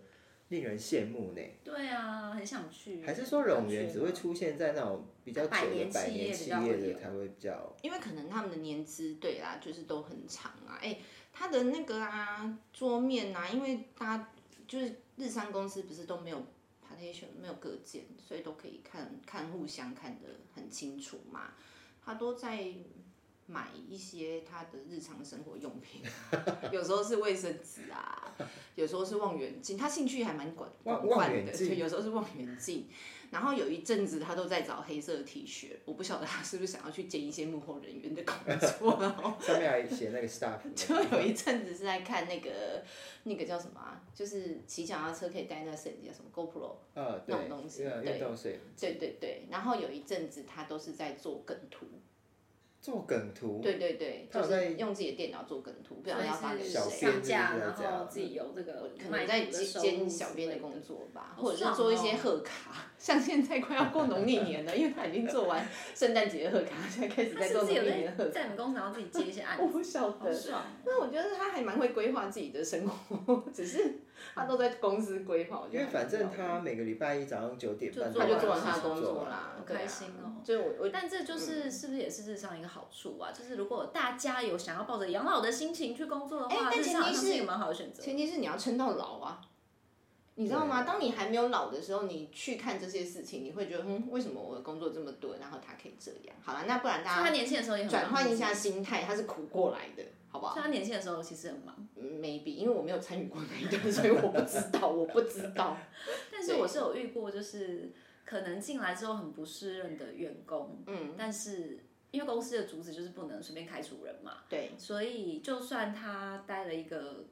Speaker 1: 令人羡慕呢。
Speaker 3: 对啊，很想
Speaker 2: 嗯
Speaker 3: 去。
Speaker 1: 还是说冗员只会出现在那种比较久
Speaker 3: 百年
Speaker 1: 的百
Speaker 3: 企业
Speaker 1: 年
Speaker 3: 比
Speaker 1: 企
Speaker 3: 较
Speaker 1: 业
Speaker 3: 会
Speaker 1: 的
Speaker 3: 有
Speaker 1: 才会比较
Speaker 2: (laughs) 因为可能他们的年资对啦，就是都很长啊。哎、他的那个啊桌面啊，因为大家就是日商公司不是都没有 partition 没有隔间，所以都可以看看互相看得很清楚嘛。他都在买一些他的日常生活用品，有时候是卫生纸啊， (laughs) 有时候是望远镜，他兴趣还蛮广
Speaker 1: 望
Speaker 2: 广泛
Speaker 1: 望远
Speaker 2: 的，
Speaker 1: 镜
Speaker 2: 对，有时候是望远镜。 (laughs) 然后有一阵子他都在找黑色 T 恤，我不晓得他是不是想要去接一些幕后人员的工作，然后
Speaker 1: 上面还写那个 staff，
Speaker 2: (laughs) 就有一阵子是在看那个那个叫什么啊，就是骑脚踏车可以带那个摄影机叫啊什么 GoPro，
Speaker 1: 呃，
Speaker 2: 那
Speaker 1: 对
Speaker 2: 种东西，
Speaker 1: 运
Speaker 2: 对
Speaker 1: 运动摄影
Speaker 2: 对对对。然后有一阵子他都是在做梗图，
Speaker 1: 做梗图，
Speaker 2: 对对对，
Speaker 1: 他
Speaker 2: 就
Speaker 1: 有在
Speaker 2: 是用自己的电脑做梗图，不
Speaker 3: 所
Speaker 2: 晓得要发
Speaker 3: 以
Speaker 2: 给
Speaker 3: 是
Speaker 1: 小
Speaker 2: 谁
Speaker 1: 编。
Speaker 3: 上架，
Speaker 1: 是不是
Speaker 3: 然
Speaker 1: 这样
Speaker 3: 后自己有这个
Speaker 2: 可
Speaker 3: 卖
Speaker 2: 能在
Speaker 3: 图的收
Speaker 2: 兼
Speaker 3: 入
Speaker 2: 小
Speaker 3: 之
Speaker 2: 编的
Speaker 3: 类
Speaker 2: 工作吧，
Speaker 3: 好
Speaker 2: 或者
Speaker 3: 爽
Speaker 2: 是做一些
Speaker 3: 哦
Speaker 2: 贺卡， (laughs) 像现在快要过农历年了，因为他已经做完圣诞节的贺卡，现在开始
Speaker 3: 他
Speaker 2: 在
Speaker 3: 是
Speaker 2: 做
Speaker 3: 不
Speaker 2: 农
Speaker 3: 是
Speaker 2: 历
Speaker 3: 有
Speaker 2: 年的
Speaker 3: 在
Speaker 2: 贺卡。
Speaker 3: 在你们公司，然后自己接一些案
Speaker 2: 我 (laughs)
Speaker 3: 子？
Speaker 2: 不晓
Speaker 3: 好
Speaker 2: 得，
Speaker 3: 爽！
Speaker 2: 那我觉得他还蛮会规划自己的生活，只 (laughs) 是他都在公司规划。我觉
Speaker 1: 因为
Speaker 2: 得还
Speaker 1: 反
Speaker 2: 蛮
Speaker 1: 正
Speaker 2: 妙的
Speaker 1: 他每个礼拜一早上九点半
Speaker 3: 就
Speaker 2: 他就
Speaker 1: 把
Speaker 2: 做完他的
Speaker 1: 事情
Speaker 2: 工作
Speaker 1: 完
Speaker 2: 啦，
Speaker 3: 好
Speaker 2: 对啊
Speaker 3: 开心哦
Speaker 2: 所以我我
Speaker 3: 但这
Speaker 2: 嗯
Speaker 3: 就是是不是也是日商一个好处啊？就是如果大家有想要抱着养老的心情去工作的
Speaker 2: 哎
Speaker 3: 话，
Speaker 2: 但
Speaker 3: 日
Speaker 2: 前提
Speaker 3: 商好像
Speaker 2: 是
Speaker 3: 是一个蛮好的选择。
Speaker 2: 前提是你要撑到老啊，你知道吗？
Speaker 1: 对
Speaker 2: 当你还没有老的时候，你去看这些事情，你会觉得，嗯，为什么我的工作这么多，然后他可以这样？好了，那不然
Speaker 3: 所以
Speaker 2: 大
Speaker 3: 他
Speaker 2: 家
Speaker 3: 年轻的时候也很忙
Speaker 2: 转换一下，心态，他是苦过来的，好不
Speaker 3: 所
Speaker 2: 好
Speaker 3: 以他年轻的时候其实很忙，
Speaker 2: 嗯？maybe，因为我没有参与过那一 (laughs) 段，所以我不知道，我不知道。
Speaker 3: 但是
Speaker 2: 对
Speaker 3: 我是有遇过，就是可能进来之后很不适任的员工，嗯，但是因为公司的主旨就是不能随便开除人嘛，
Speaker 2: 对，
Speaker 3: 所以就算他待了一个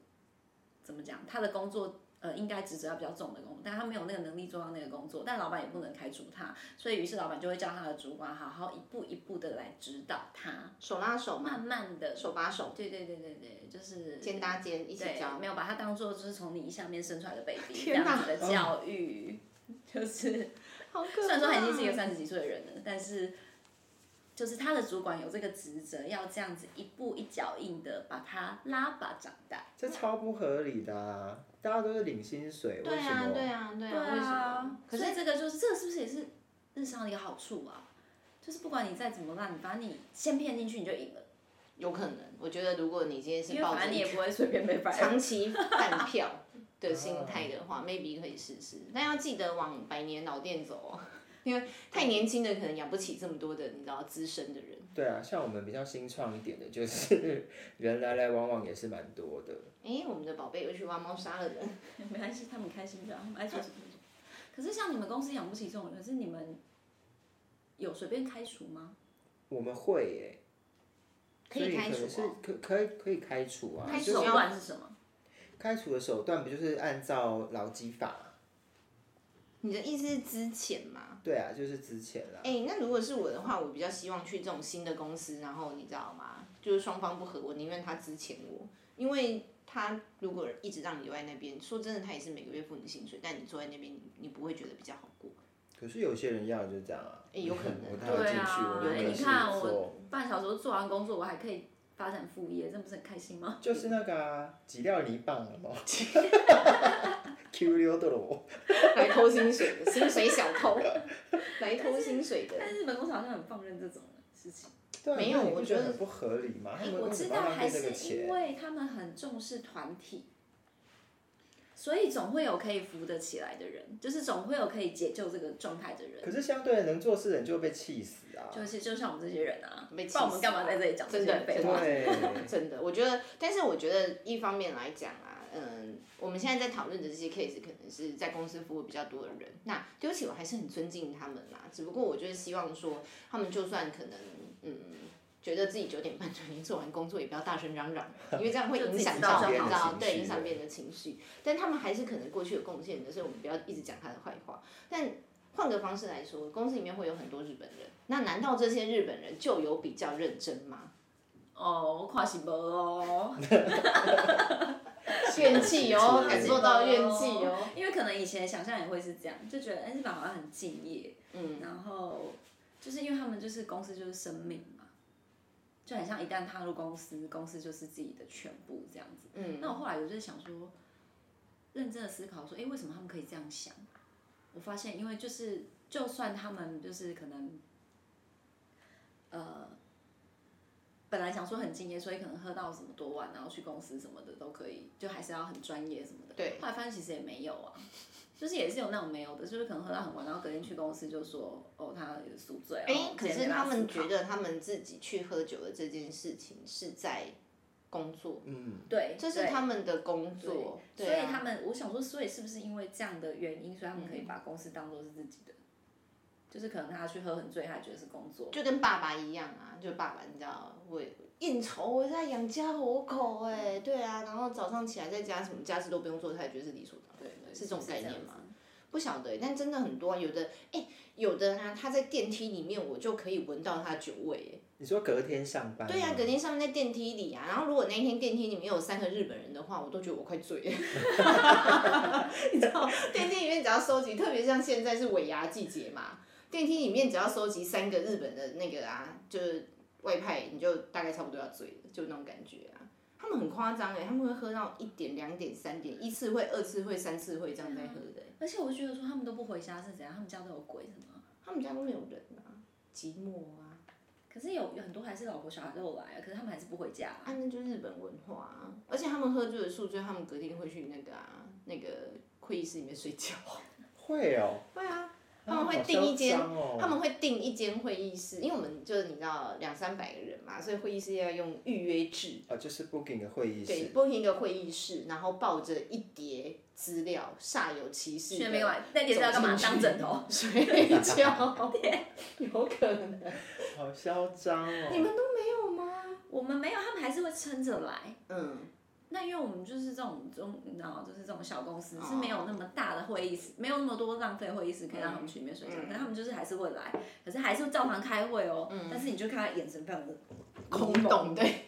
Speaker 3: 怎么讲，他的工作呃应该职责要比较重的工作，但他没有那个能力做到那个工作，但老板也不能开除他，所以于是老板就会叫他的主管好好一步一步的来指导他，
Speaker 2: 手拉手嘛，
Speaker 3: 慢慢的，
Speaker 2: 手把手，
Speaker 3: 对对对对对，就是
Speaker 2: 肩搭肩一起
Speaker 3: 对
Speaker 2: 教，
Speaker 3: 没有把他当做就是从你下面生出来的 baby 这
Speaker 2: 天哪
Speaker 3: 样子的教育， (laughs) 就是
Speaker 2: 好可
Speaker 3: 虽然说他已经是一个三十几岁的人了，但是就是他的主管有这个职责，要这样子一步一脚印的把他拉拔长大。
Speaker 1: 这超不合理的、啊，大家都是领薪水，为
Speaker 2: 对
Speaker 1: 什
Speaker 2: 啊，
Speaker 1: 么？
Speaker 2: 对啊，对啊，为什么？可
Speaker 3: 可
Speaker 2: 是
Speaker 3: 是这个就是这个是不是也是日商的一个好处啊？就是不管你再怎么烂，反正你先骗进去你就赢了，
Speaker 2: 有可能，我觉得如果你今天
Speaker 3: 因
Speaker 2: 是
Speaker 3: 为
Speaker 2: 抱
Speaker 3: 反
Speaker 2: 着
Speaker 3: 正你
Speaker 2: 一
Speaker 3: 也不会嗯随
Speaker 2: (laughs)
Speaker 3: 便被 fire。
Speaker 2: 长期饭票的心态的话，maybe 可以试试，但要记得往百年老店走哦，因为太年轻的可能养不起这么多的，你知道资深的人。
Speaker 1: 对啊，像我们比较新创一点的，就是 (laughs) 人来来往往也是蛮多的。
Speaker 2: 哎、我们的宝贝又去挖猫砂了人，
Speaker 3: 没关系，他们开心就好，他们爱做什么就做。可是像你们公司养不起这种人，是你们有随便开除吗？
Speaker 1: 我们会耶、
Speaker 2: 可以开除
Speaker 1: 所
Speaker 2: 哦。
Speaker 1: 以可能是可可以可以开除啊，
Speaker 3: 开
Speaker 1: 就
Speaker 3: 除手
Speaker 1: 是
Speaker 3: 段是什么？
Speaker 1: 开除的手段不就是按照劳基法？
Speaker 2: 你的意思是之前吗？
Speaker 1: 对啊，就是之前啦。
Speaker 2: 哎、那如果是我的话，我比较希望去这种新的公司，然后你知道吗？就是双方不和，我宁愿他之前我，因为他如果一直让你留在那边，说真的，他也是每个月付你薪水，但你坐在那边，你你不会觉得比较好过。
Speaker 1: 可是有些人要的就这样啊，
Speaker 2: 哎有可能
Speaker 1: 我待
Speaker 2: 对
Speaker 1: 会进去，
Speaker 3: 啊
Speaker 1: 我，
Speaker 2: 哎
Speaker 1: 有
Speaker 3: 你
Speaker 1: 事
Speaker 3: 看
Speaker 1: 做
Speaker 3: 我半小时都做完工作，我还可以发展副业，这不是很开心吗？
Speaker 1: 就是那个啊，挤料泥棒
Speaker 2: (laughs)
Speaker 1: 了嘛。Q 溜的咯，
Speaker 2: (laughs) 来偷薪水的，薪水小 (laughs) 偷，来偷薪水的。
Speaker 3: 但日本公司好像很放任这种事情。
Speaker 1: 对啊
Speaker 2: 没有
Speaker 1: 那你
Speaker 2: 我
Speaker 1: 不觉
Speaker 2: 觉得哎
Speaker 1: 得很不合理吗？他们
Speaker 3: 我
Speaker 1: 为什
Speaker 3: 知
Speaker 1: 么要
Speaker 3: 道，
Speaker 1: 浪
Speaker 3: 还
Speaker 1: 费这
Speaker 3: 是
Speaker 1: 个
Speaker 3: 因
Speaker 1: 钱？
Speaker 3: 为他们很重视团体，所以总会有可以扶得起来的人，就是总会有可以解救这个状态的人。
Speaker 1: 可是相对能做事的人就会被气死啊。
Speaker 2: (laughs)
Speaker 3: 就是就像我们这些人啊，不
Speaker 2: 被
Speaker 3: 然
Speaker 2: 气死啊
Speaker 3: 我们干嘛在这里讲这
Speaker 2: 真的
Speaker 3: 些废
Speaker 2: (laughs)
Speaker 3: 话？
Speaker 1: 对，
Speaker 2: 真的，我觉得，但是我觉得一方面来讲啊，嗯，我们现在在讨论的这些 case，可能是在公司服务比较多的人。那对不起，我还是很尊敬他们啦，只不过我就是希望说，他们就算可能，嗯。觉得自己九点半就已经做完工作，也不要大声嚷
Speaker 3: (laughs)
Speaker 2: 嚷，因为这样会影响到
Speaker 3: 就自
Speaker 2: 你
Speaker 3: 己
Speaker 2: 知道
Speaker 3: 知道
Speaker 1: 就好
Speaker 2: 对影响别人的情绪。但他们还是可能过去有贡献的，所以我们不要一直讲他的坏话。但换个方式来说，公司里面会有很多日本人，那难道这些日本人就有比较认真吗？
Speaker 3: 哦，跨性无哦，
Speaker 1: (laughs)
Speaker 2: 怨气哦，感受到怨气哦。
Speaker 3: 因为可能以前想象也会是这样，就觉得哎，日本好像很敬业，
Speaker 2: 嗯，
Speaker 3: 然后就是因为他们就是公司就是生命嘛，就很像一旦踏入公司，公司就是自己的全部这样子。
Speaker 2: 嗯，
Speaker 3: 那我后来我就想说，认真的思考说，哎，为什么他们可以这样想？我发现，因为就是就算他们就是可能，呃，本来想说很敬业，所以可能喝到什么多晚，然后去公司什么的都可以，就还是要很专业什么的。
Speaker 2: 对
Speaker 3: 后来发现其实也没有啊。就是也是有那种没有的，就是可能喝到很晚，然后隔天去公司就说，哦，他有宿醉。
Speaker 2: 哎、
Speaker 3: 哦
Speaker 2: 可
Speaker 3: 今天
Speaker 2: 是
Speaker 3: 没办
Speaker 2: 他
Speaker 3: 法
Speaker 2: 们
Speaker 3: 思考
Speaker 2: 觉得他们自己去喝酒的这件事情是在工作，
Speaker 1: 嗯，
Speaker 3: 对，
Speaker 2: 这是
Speaker 3: 对
Speaker 2: 他们的工作，
Speaker 3: 所
Speaker 2: 对
Speaker 3: 以
Speaker 2: 啊
Speaker 3: 他们，我想说，所以是不是因为这样的原因，所以他们可以把公司当做是自己的？就是可能他去喝很醉，他觉得是工作。
Speaker 2: 就跟爸爸一样啊，就爸爸你知道，我应酬我在养家活口哎、对啊，然后早上起来在家什么家事都不用做，他也觉得是理所当然，
Speaker 3: 对
Speaker 2: 是这种概念
Speaker 3: 样
Speaker 2: 吗
Speaker 3: 子？
Speaker 2: 不晓得欸，但真的很多啊，有的哎、有的啊，他在电梯里面我就可以闻到他的酒味欸
Speaker 1: 你说隔天上班吗，
Speaker 2: 对呀、隔天上面在电梯里啊，然后如果那一天电梯里面有三个日本人的话，我都觉得我快醉了。 (laughs) 你知道，电梯里面只要收集，特别像现在是尾牙季节嘛，电梯里面只要收集三个日本的那个啊，就是外派，你就大概差不多要醉了，就那种感觉啊。他们很夸张哎，他们会喝到一点、两点、三点，一次会、二次会、三次会这样在喝的欸、
Speaker 3: 而且我觉得说他们都不回家是怎样？他们家都有鬼是吗？
Speaker 2: 他们家都没有人啊，寂寞啊，
Speaker 3: 可是有有很多还是老婆小孩都有来啊，可是他们还是不回家、
Speaker 2: 啊，那就日本文化啊，而且他们喝醉的宿醉，他们隔天会去那个啊，那个会议室里面睡觉。
Speaker 1: 会哦，
Speaker 2: 会啊， (laughs) 他
Speaker 1: 啊
Speaker 2: 们会订一间，
Speaker 1: 好嚣张哦
Speaker 2: 他们会订一间会议室，因为我们就是你知道两三百个人嘛，所以会议室要用预约制。
Speaker 1: 啊，就是 booking 的会议
Speaker 2: 对
Speaker 1: 室，
Speaker 2: ，booking 一个会议室，然后抱着一叠资料，煞有其事
Speaker 3: 学
Speaker 2: 的
Speaker 3: 没完，那点是要干嘛？
Speaker 2: 走进去
Speaker 3: 当枕
Speaker 2: (laughs)
Speaker 3: 头？
Speaker 2: 睡
Speaker 3: (laughs)
Speaker 2: 觉，有可能
Speaker 1: 好嚣张哦。
Speaker 2: 你们都没有吗？
Speaker 3: 我们没有，他们还是会撑着来。
Speaker 2: 嗯，
Speaker 3: 那因为我们就是这种中，你知道，就是这种小公司
Speaker 2: 哦
Speaker 3: 是没有那么大的会议室，没有那么多浪费会议室可以让他们去里面睡觉
Speaker 2: 嗯，
Speaker 3: 但他们就是还是会来，可是还是照常开会哦。但是你就看他眼神非常的
Speaker 2: 哦空
Speaker 3: 迷蒙
Speaker 2: 洞对。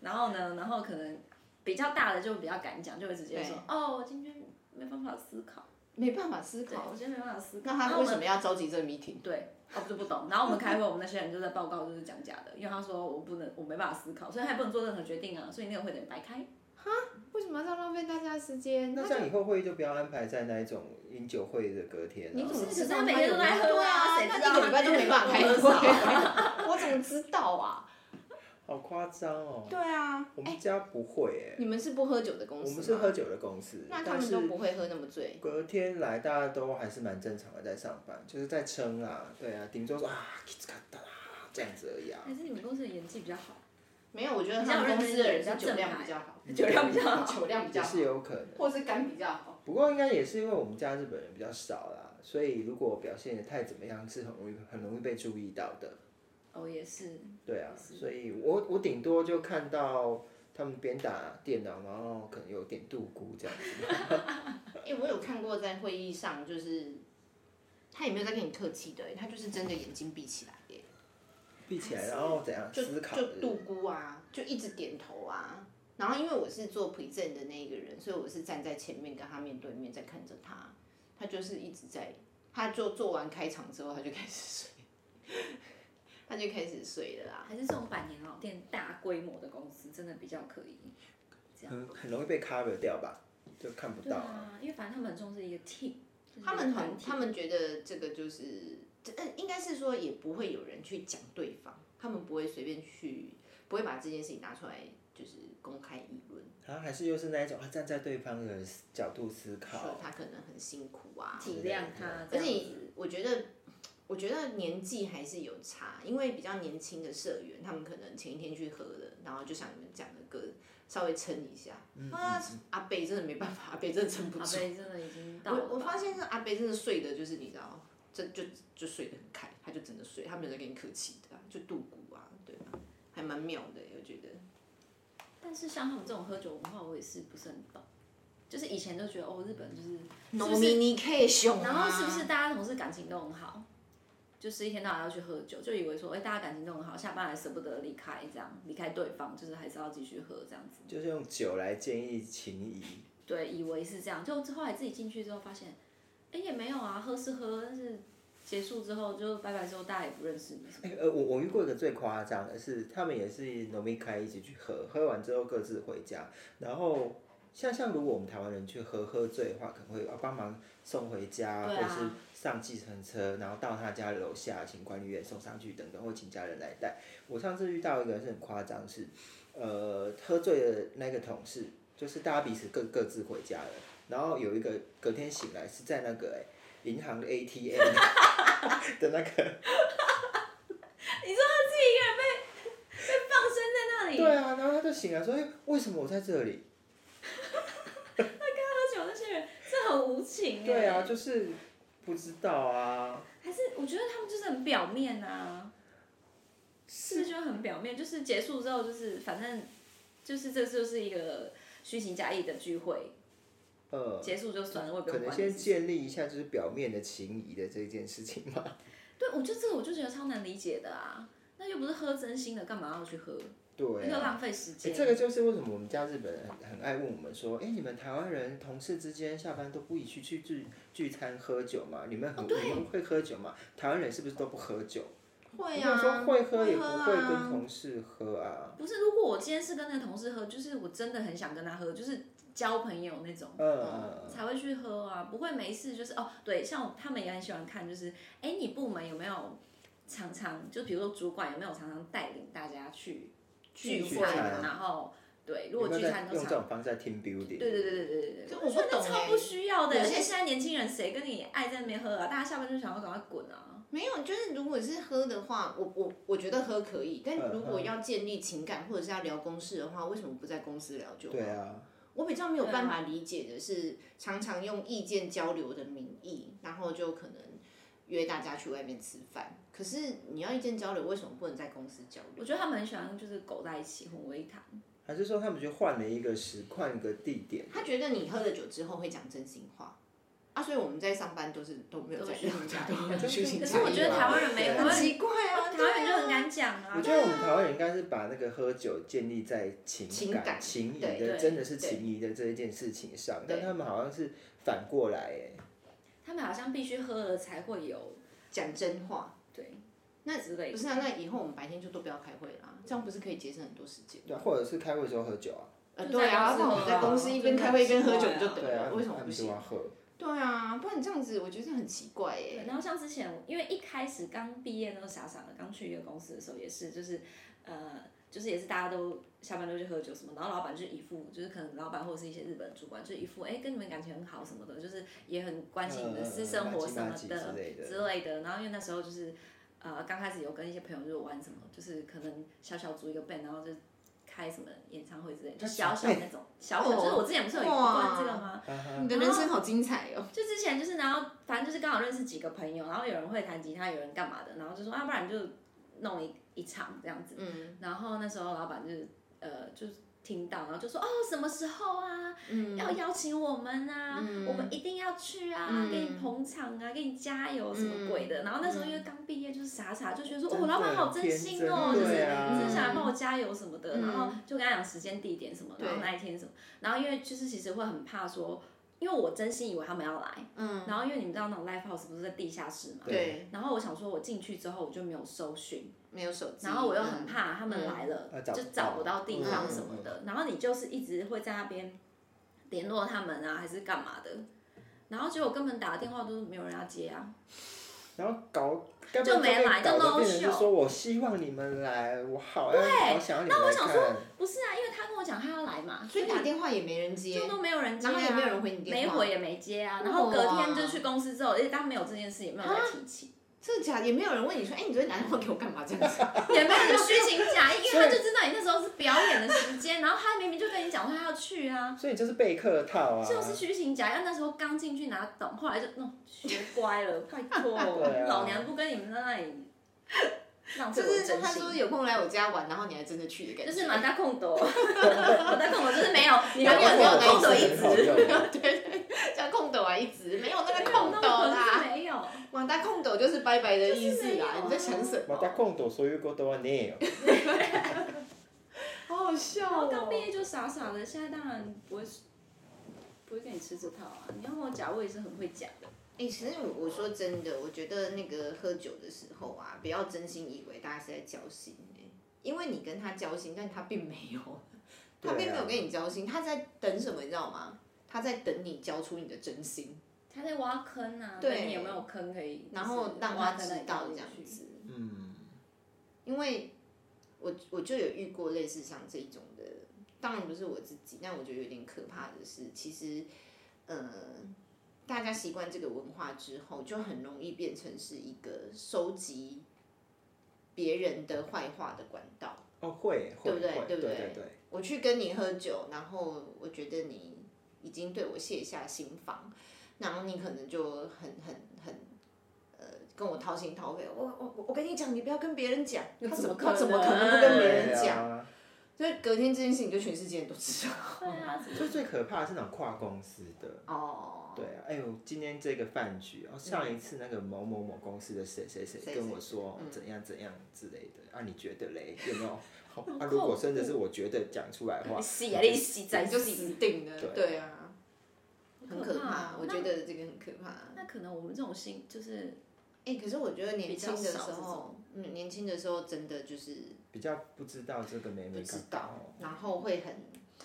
Speaker 3: 然后呢，然后可能比较大的就比较敢讲，就会直接说
Speaker 2: 对：“
Speaker 3: 哦，我今天没办法思考，
Speaker 2: 没办法思
Speaker 3: 对
Speaker 2: 考
Speaker 3: 我。今天没办法思考。”
Speaker 2: 那他
Speaker 3: 然
Speaker 2: 为
Speaker 3: 后我
Speaker 2: 什
Speaker 3: 们
Speaker 2: 么要召集这个 meeting？
Speaker 3: 对，哦，我就不懂。然后我们开会，我们那些人就在报告，就是讲假的，因为他说我不能，我没办法思考，所以他也不能做任何决定啊，所以那个会等于白开。
Speaker 2: 为什么要这样浪费大家的时间？
Speaker 1: 那这样以后会议就不要安排在那一种饮酒会的隔天了、
Speaker 2: 你怎么
Speaker 3: 是可
Speaker 2: 知
Speaker 3: 是
Speaker 2: 道
Speaker 3: 他每天都在喝啊
Speaker 2: 对
Speaker 3: 谁
Speaker 2: 那
Speaker 3: 知道
Speaker 2: 一个礼拜都没办法开
Speaker 3: 他每天都
Speaker 2: 会
Speaker 1: (laughs)
Speaker 2: 啊，我怎么知道啊？
Speaker 1: 好夸张哦！
Speaker 2: 对啊，
Speaker 1: 我们家不会哎、
Speaker 2: 你们是不喝酒的公司
Speaker 1: 我
Speaker 2: 吗
Speaker 1: 们是喝，酒的公司，
Speaker 2: 那他
Speaker 1: 但
Speaker 2: 们
Speaker 1: 是
Speaker 2: 都不会喝那么醉。
Speaker 1: 隔天来大家都还是蛮正常的在上班，就是在撑啊，对啊，顶多说啊，这样子而已啊。
Speaker 3: 还是你们公司的演技比较好，
Speaker 2: 没有，我觉得他们公司的人是酒量比较好，
Speaker 3: (laughs) 酒量比较好。
Speaker 2: 酒量比较
Speaker 1: 也
Speaker 2: 好，
Speaker 1: 是有可能。
Speaker 2: 或是肝比较好。
Speaker 1: 不过应该也是因为我们家日本人比较少啦，所以如果表现的太怎么样，是很容易很容易被注意到的。
Speaker 3: (laughs) 哦，也是，
Speaker 1: 对啊，
Speaker 3: 是
Speaker 1: 所以我我顶多就看到他们边打电脑，然后可能有点度孤这样子。
Speaker 2: 哎，我有看过在会议上，就是他也没有在跟你客气的，他就是真的眼睛闭起来耶。
Speaker 1: 闭起来，然后怎样
Speaker 2: 就
Speaker 1: 思考？
Speaker 2: 就度孤啊，就一直点头啊。然后因为我是做 present 的那一个人，所以我是站在前面跟他面对面在看着他，他就是一直在，他就做完开场之后他就开始睡， (laughs) 他就开始睡了啦。
Speaker 3: 还是这种百年老店大规模的公司真的比较可以。
Speaker 1: 很嗯很容易被 cover 掉吧，就看不
Speaker 3: 对
Speaker 1: 到啊。
Speaker 3: 啊，因为反正他们很重视一个 team，就是一个
Speaker 2: 他们
Speaker 3: 团
Speaker 2: 很，
Speaker 3: 体
Speaker 2: 他们觉得这个就是，这呃，应该是说也不会有人去讲对方，他们不会随便去，不会把这件事情拿出来就是公开议论。
Speaker 1: 然后还是又是那一种啊，站在对方的角度思
Speaker 2: 说
Speaker 1: 考，
Speaker 2: 他可能很辛苦啊，
Speaker 3: 体谅他，
Speaker 2: 而
Speaker 3: 这样
Speaker 2: 且
Speaker 3: 子
Speaker 2: 我觉得，我觉得年纪还是有差，因为比较年轻的社员，他们可能前一天去喝了，然后就像你们讲的歌，稍微撑一下。啊，阿北真的没办法，阿北 (laughs) 真的撑不
Speaker 3: 阿
Speaker 2: 住。
Speaker 3: 啊贝真的已经到了
Speaker 2: 我我
Speaker 3: 吧
Speaker 2: 发现是阿北真的睡的，就是你知道，这就就睡得很开，他就真的睡，他没有在跟你客气的啊、就度骨啊，对啊，还蛮妙的，我觉得。
Speaker 3: 但是像他们这种喝酒文化，我也是不是很懂。就是以前就觉得哦，日本就是，
Speaker 2: 农
Speaker 3: 不是
Speaker 2: 民你可以熊
Speaker 3: 然后是不是大家同事感情都很好，就是一天到晚要去喝酒，就以为说，哎、大家感情都很好，下班还舍不得离开，这样离开对方，就是还是要继续喝这样子。
Speaker 1: 就是用酒来建议情谊。
Speaker 3: 对，以为是这样，就后来自己进去之后发现，哎、也没有啊，喝是喝，但是结束之后就拜拜之后，大家也不认识你什么。
Speaker 1: 哎呃，我我遇过一个最夸张的是，他们也是农民开一起去喝，喝完之后各自回家，然后。像像如果我们台湾人去喝喝醉的话，可能会要帮忙送回家，
Speaker 3: 对
Speaker 1: 或
Speaker 3: 啊
Speaker 1: 者是上计程车，然后到他家楼下请管理员送上去等等，或请家人来带。我上次遇到一个是很夸张，是呃喝醉的那个同事，就是大家彼此各各自回家了，然后有一个隔天醒来是在那个、哎银行的 ATM 的那个
Speaker 3: 放生在那里，
Speaker 1: 对啊，然后他就醒来说：“哎、为什么我在这里
Speaker 3: 喝酒那些人，这很无？”情哎。
Speaker 1: 对啊，，就是不知道啊。
Speaker 3: 还是我觉得他们就是很表面啊，是就很表面，就是结束之后就是反正就是这就是一个虚情假意的聚会，
Speaker 1: 呃，
Speaker 3: 结束就算了，我也不
Speaker 1: 可能
Speaker 3: 用管。
Speaker 1: 先建立一下就是表面的情谊的这件事情吧。
Speaker 3: 对，我就这个我就觉得超难理解的啊，那又不是喝真心的，干嘛要去喝？
Speaker 1: (laughs) 对、
Speaker 3: 那就
Speaker 1: 啊。
Speaker 3: 浪费时
Speaker 1: 诶
Speaker 3: 间。
Speaker 1: 这个就是为什么我们家日本人很很爱问我们说，哎，你们台湾人同事之间下班都不一起去聚聚餐喝酒吗？你们很、
Speaker 3: 哦对
Speaker 1: 你们会喝酒吗？台湾人是不是都不喝酒？
Speaker 2: 会
Speaker 1: 我
Speaker 2: 啊，
Speaker 1: 想说会喝也不
Speaker 2: 啊
Speaker 1: 会跟同事喝啊。
Speaker 3: 不是，如果我今天是跟那个同事喝，就是我真的很想跟他喝，就是交朋友那种，
Speaker 1: 嗯
Speaker 3: 嗯才会去喝啊，不会没事就是哦，对，像我他们也很喜欢看，就是哎，你部门有没有常常，就比如说主管有没有常常带领大家去
Speaker 1: 聚
Speaker 3: 聚
Speaker 1: 餐
Speaker 3: 会，然后对，如果
Speaker 1: 有
Speaker 3: 聚
Speaker 1: 没有
Speaker 3: 餐
Speaker 1: 在
Speaker 3: 都
Speaker 1: 用
Speaker 3: 常，
Speaker 1: 这种方式在 team
Speaker 3: 对
Speaker 1: building。
Speaker 3: 对对对对对
Speaker 2: 这
Speaker 3: 对，
Speaker 2: 我不
Speaker 3: 觉得那
Speaker 2: 懂
Speaker 3: 超
Speaker 2: 欸
Speaker 3: 不需要的，
Speaker 2: 有
Speaker 3: 而
Speaker 2: 些
Speaker 3: 且现在年轻人谁跟你爱在那边喝啊？大家下班就想要赶快滚啊！
Speaker 2: 没有，就是如果是喝的话，我我我觉得喝可以，但
Speaker 1: 嗯
Speaker 2: 如果
Speaker 1: 嗯
Speaker 2: 要建立情感或者是要聊公事的话，为什么不在公司聊就好？
Speaker 1: 对啊，
Speaker 2: 我比较没有办法理解的是，常常用意见交流的名义，然后就可能约大家去外面吃饭。可是你要意见交流，为什么不能在公司交流？
Speaker 3: 我觉得他们很喜欢就是狗在一起混为一谈，
Speaker 1: 还是说他们就换了一个时，换一个地点？
Speaker 2: 他觉得你喝了酒之后会讲真心话啊，所以我们在上班都是都没有在
Speaker 3: 都是
Speaker 2: 聊假的，
Speaker 1: 虚情
Speaker 3: 可是我觉得台湾人没
Speaker 1: 对
Speaker 3: 有，
Speaker 1: 啊
Speaker 2: 很奇怪啊，
Speaker 3: 台湾人就
Speaker 2: 对
Speaker 3: 很
Speaker 2: 啊
Speaker 3: 敢讲啊。
Speaker 1: 我觉得我们台湾人应该是把那个喝酒建立在情
Speaker 2: 情
Speaker 1: 感、
Speaker 2: 感
Speaker 1: 情谊
Speaker 2: 对
Speaker 1: 的，
Speaker 3: 对
Speaker 1: 真的是情谊的这一件事情上，
Speaker 2: 对
Speaker 1: 但他们好像是反过来哎。
Speaker 3: 他们好像必须喝了才会有
Speaker 2: 讲真话。
Speaker 3: 对，
Speaker 2: 那
Speaker 3: 之类
Speaker 2: 不
Speaker 3: 的。
Speaker 2: 是啊，那以后我们白天就都不要开会啦，这样不是可以节省很多时间？
Speaker 1: 嗯对啊，或者是开会的时候喝酒啊，
Speaker 2: 呃，
Speaker 3: 就
Speaker 2: 对
Speaker 3: 在
Speaker 2: 啊，
Speaker 3: 公司
Speaker 2: 那我们在公司一边开会一边喝酒就得
Speaker 1: 对啊，
Speaker 2: 了，为什么
Speaker 1: 他
Speaker 2: 不
Speaker 1: 们喜
Speaker 2: 行？
Speaker 1: 欢喝？
Speaker 2: 对啊，不然这样子我觉得很奇怪耶、
Speaker 3: 对，然后像之前，因为一开始刚毕业那时候傻傻的，刚去一个公司的时候也是，就是呃，就是也是大家都下班都去喝酒什么，然后老板就一副就是可能老板或者是一些日本主管就一副哎、跟你们感情很好什么的，就是也很关心你的私生活什么
Speaker 1: 嗯嗯嗯垃圾垃圾
Speaker 3: 的
Speaker 1: 之类的
Speaker 3: 之类的。然后因为那时候就是呃刚开始有跟一些朋友就玩什么，就是可能小小组一个 band，然后就。开什么演唱会之类的，就小小那种小小，就是我之前不是有一段这个吗？
Speaker 1: 哈哈
Speaker 2: 你的人生好精彩哦、
Speaker 3: 就之前就是，然后反正就是刚好认识几个朋友，然后有人会弹吉他，有人干嘛的，然后就说啊，不然就弄一一场这样子。
Speaker 2: 嗯
Speaker 3: 然后那时候老板就是呃，就是听到，然后就说哦，什么时候啊，
Speaker 2: 嗯，
Speaker 3: 要邀请我们啊，
Speaker 2: 嗯
Speaker 3: 我们一定要去啊，
Speaker 2: 嗯
Speaker 3: 给你捧场啊，给你加油什么鬼的。然后那时候因为刚毕业，就是傻傻就觉得说，
Speaker 1: 真的
Speaker 3: 哦，老板好真心哦，
Speaker 1: 很
Speaker 3: 就
Speaker 1: 天真对
Speaker 3: 是
Speaker 1: 啊
Speaker 3: 真的想来帮我加油什么的。
Speaker 2: 嗯
Speaker 3: 然后就跟他讲时间、地点什么，
Speaker 2: 对
Speaker 3: 然后那一天什么，然后因为就是其实会很怕说。因为我真心以为他们要来，
Speaker 2: 嗯，
Speaker 3: 然后因为你们知道那种 live house 不是在地下室嘛，
Speaker 2: 对，
Speaker 3: 然后我想说，我进去之后我就没有搜寻，
Speaker 2: 没有手机，嗯
Speaker 3: 然后我又很怕他们来了、
Speaker 1: 嗯
Speaker 3: 就找不到地方什么的，然后你就是一直会在那边联络他们啊，还是干嘛的，然后结果根本打电话都没有人要接啊，
Speaker 1: 然后搞，该不会
Speaker 3: 就没来
Speaker 1: 被搞
Speaker 3: 就
Speaker 1: 得
Speaker 3: no
Speaker 1: 变成是
Speaker 3: show
Speaker 1: 说我希望你们来，我好要好想要你们
Speaker 3: 那
Speaker 1: 来
Speaker 3: 我想
Speaker 1: 看。
Speaker 3: 不是啊，因为他跟我讲他要来嘛，
Speaker 2: 嗯，所以打电话也没人接
Speaker 3: 就，都没有人接、啊，
Speaker 2: 然后也没有人回你电话
Speaker 3: 没回也没接啊，然后隔天
Speaker 2: 哇
Speaker 3: 就去公司之后，而且他没有这件事，也没有再提起， (laughs)
Speaker 2: 真的假的？也没有人问你说，哎、你昨天打电话给我干嘛这样子？
Speaker 3: 也没有人虚情假意，因为他就知道你那时候是表演的时间，然后他明明就跟你讲说他要去啊，
Speaker 1: 所以你就是备课套啊，
Speaker 3: 就是虚情假意，那时候刚进去哪懂，后来就弄、学乖了，拜托，
Speaker 1: 对啊
Speaker 3: 老娘不跟你们在那 (laughs) 里浪费
Speaker 2: 就
Speaker 3: 我的
Speaker 2: 是
Speaker 3: 真
Speaker 2: 他说
Speaker 3: 心。
Speaker 2: 有空来我家玩，然后你还真的去的感
Speaker 3: 就
Speaker 2: 觉，
Speaker 3: 是满大空 (laughs) 斗，满大空斗就是没有，你
Speaker 2: 然
Speaker 3: 永
Speaker 2: 后也
Speaker 3: 远没有
Speaker 2: 空
Speaker 3: 空斗
Speaker 2: 手
Speaker 3: 一
Speaker 2: 一
Speaker 3: 直，
Speaker 1: 直
Speaker 2: 直， (laughs) 对对，叫空斗啊，一直没有那个空
Speaker 3: 那
Speaker 2: 斗
Speaker 3: 我可
Speaker 2: 啦
Speaker 3: 是。没有。
Speaker 2: 马达空斗就是拜拜的意
Speaker 3: 就是
Speaker 2: 思
Speaker 3: 没有
Speaker 2: 啦
Speaker 3: 啊，
Speaker 2: 你在想什
Speaker 1: また
Speaker 2: 么？
Speaker 1: 今度そういうことはねえ
Speaker 3: (laughs)
Speaker 1: よ。
Speaker 2: 好好
Speaker 3: 然
Speaker 2: 笑哦
Speaker 3: 后哦
Speaker 1: 哦
Speaker 3: 刚毕业就傻傻的，现在当然不会不会跟你吃这套啊。你要跟我讲，我也是很会讲的。
Speaker 2: 哎、其实我我说真的，我觉得那个喝酒的时候啊，不要真心以为大家是在交心、欸、因为你跟他交心，但他并没有，
Speaker 1: 对
Speaker 2: 他
Speaker 1: 啊
Speaker 2: 并没有跟你交心，他在等什么，你知道吗？他在等你交出你的真心，
Speaker 3: 他在挖坑啊，
Speaker 2: 对
Speaker 3: 看你有没有坑可以？
Speaker 2: 然后让他
Speaker 3: 挖
Speaker 2: 知
Speaker 3: 坑来
Speaker 2: 道
Speaker 3: 挖
Speaker 2: 这
Speaker 3: 进
Speaker 2: 样
Speaker 3: 去
Speaker 2: 子。
Speaker 1: 嗯，
Speaker 2: 因为我我就有遇过类似像这种的，当然不是我自己，但我觉得有点可怕的是，其实，呃，大家习惯这个文化之后，就很容易变成是一个收集别人的坏话的管道。
Speaker 1: 哦哦，会，会
Speaker 2: 对不对
Speaker 1: 会
Speaker 2: 对
Speaker 1: 对
Speaker 2: 不对
Speaker 1: 对对，
Speaker 2: 我去跟你喝酒，然后我觉得你已经对我卸下心防，然后你可能就很很很。呃，跟我掏心掏肺，我我我我跟你讲，你不要跟别人讲，
Speaker 3: 那
Speaker 2: 他
Speaker 3: 怎么
Speaker 2: 么他
Speaker 3: 可
Speaker 2: 怎么可能
Speaker 3: 能
Speaker 2: 会跟别人
Speaker 1: 对
Speaker 2: 讲？
Speaker 1: 啊
Speaker 2: 所以隔天这件事情就全世界人都知道。
Speaker 3: 对啊，怎么
Speaker 1: 就最可怕的是那种跨公司的。
Speaker 2: 哦，
Speaker 1: 对啊，哎呦，今天这个饭局，哦，上一次那个某某某公司的谁谁谁
Speaker 2: 谁
Speaker 1: 跟
Speaker 2: 谁
Speaker 1: 我说
Speaker 2: 嗯
Speaker 1: 怎样怎样之类的，啊，你觉得嘞？有
Speaker 2: (laughs)
Speaker 1: 没有？好啊，
Speaker 3: 恐
Speaker 1: 如果真的是我觉得讲出来的话，
Speaker 3: 死啊，你死在
Speaker 2: 咱就
Speaker 3: 死。
Speaker 2: 死定了。
Speaker 1: 对
Speaker 2: 对啊，很可
Speaker 3: 怕
Speaker 2: 怕，我觉
Speaker 3: 那
Speaker 2: 得这个很可怕。
Speaker 3: 那可能我们这种心就是
Speaker 2: 哎，可是我觉得年轻的
Speaker 3: 比
Speaker 2: 时
Speaker 3: 较少这
Speaker 2: 候
Speaker 3: 种，
Speaker 2: 嗯，年轻的时候真的就是
Speaker 1: 比较不知道这个美
Speaker 2: 不
Speaker 1: 美
Speaker 2: 知
Speaker 1: 嘎嘎
Speaker 2: 道
Speaker 1: 哦，，
Speaker 2: 然后会很。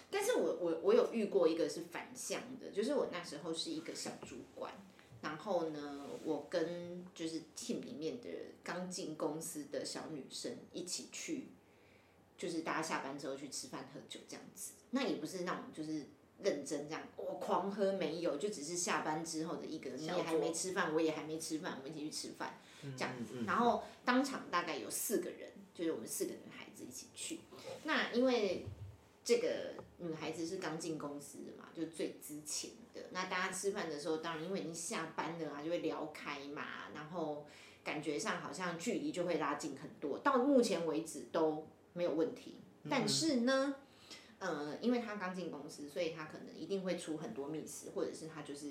Speaker 2: 但是我我我有遇过一个是反向的，就是我那时候是一个小主管，然后呢，我跟就是 team 里面的刚进公司的小女生一起去，就是大家下班之后去吃饭喝酒这样子，那也不是那种就是认真这样，我、狂喝没有，就只是下班之后的一个，你
Speaker 3: 小
Speaker 2: 也还
Speaker 3: 酌嗯
Speaker 2: 没吃饭，我也还没吃饭，我们一起去吃饭。这样
Speaker 1: 子
Speaker 2: 然后当场大概有四个人，就是我们四个女孩子一起去。那因为这个女孩子是刚进公司的嘛，就最之前的。那大家吃饭的时候，当然因为已经下班了啊，就会聊开嘛，然后感觉上好像距离就会拉近很多。到目前为止都没有问题，但是呢。呃，因为她刚进公司，所以她可能一定会出很多密事，或者是她就是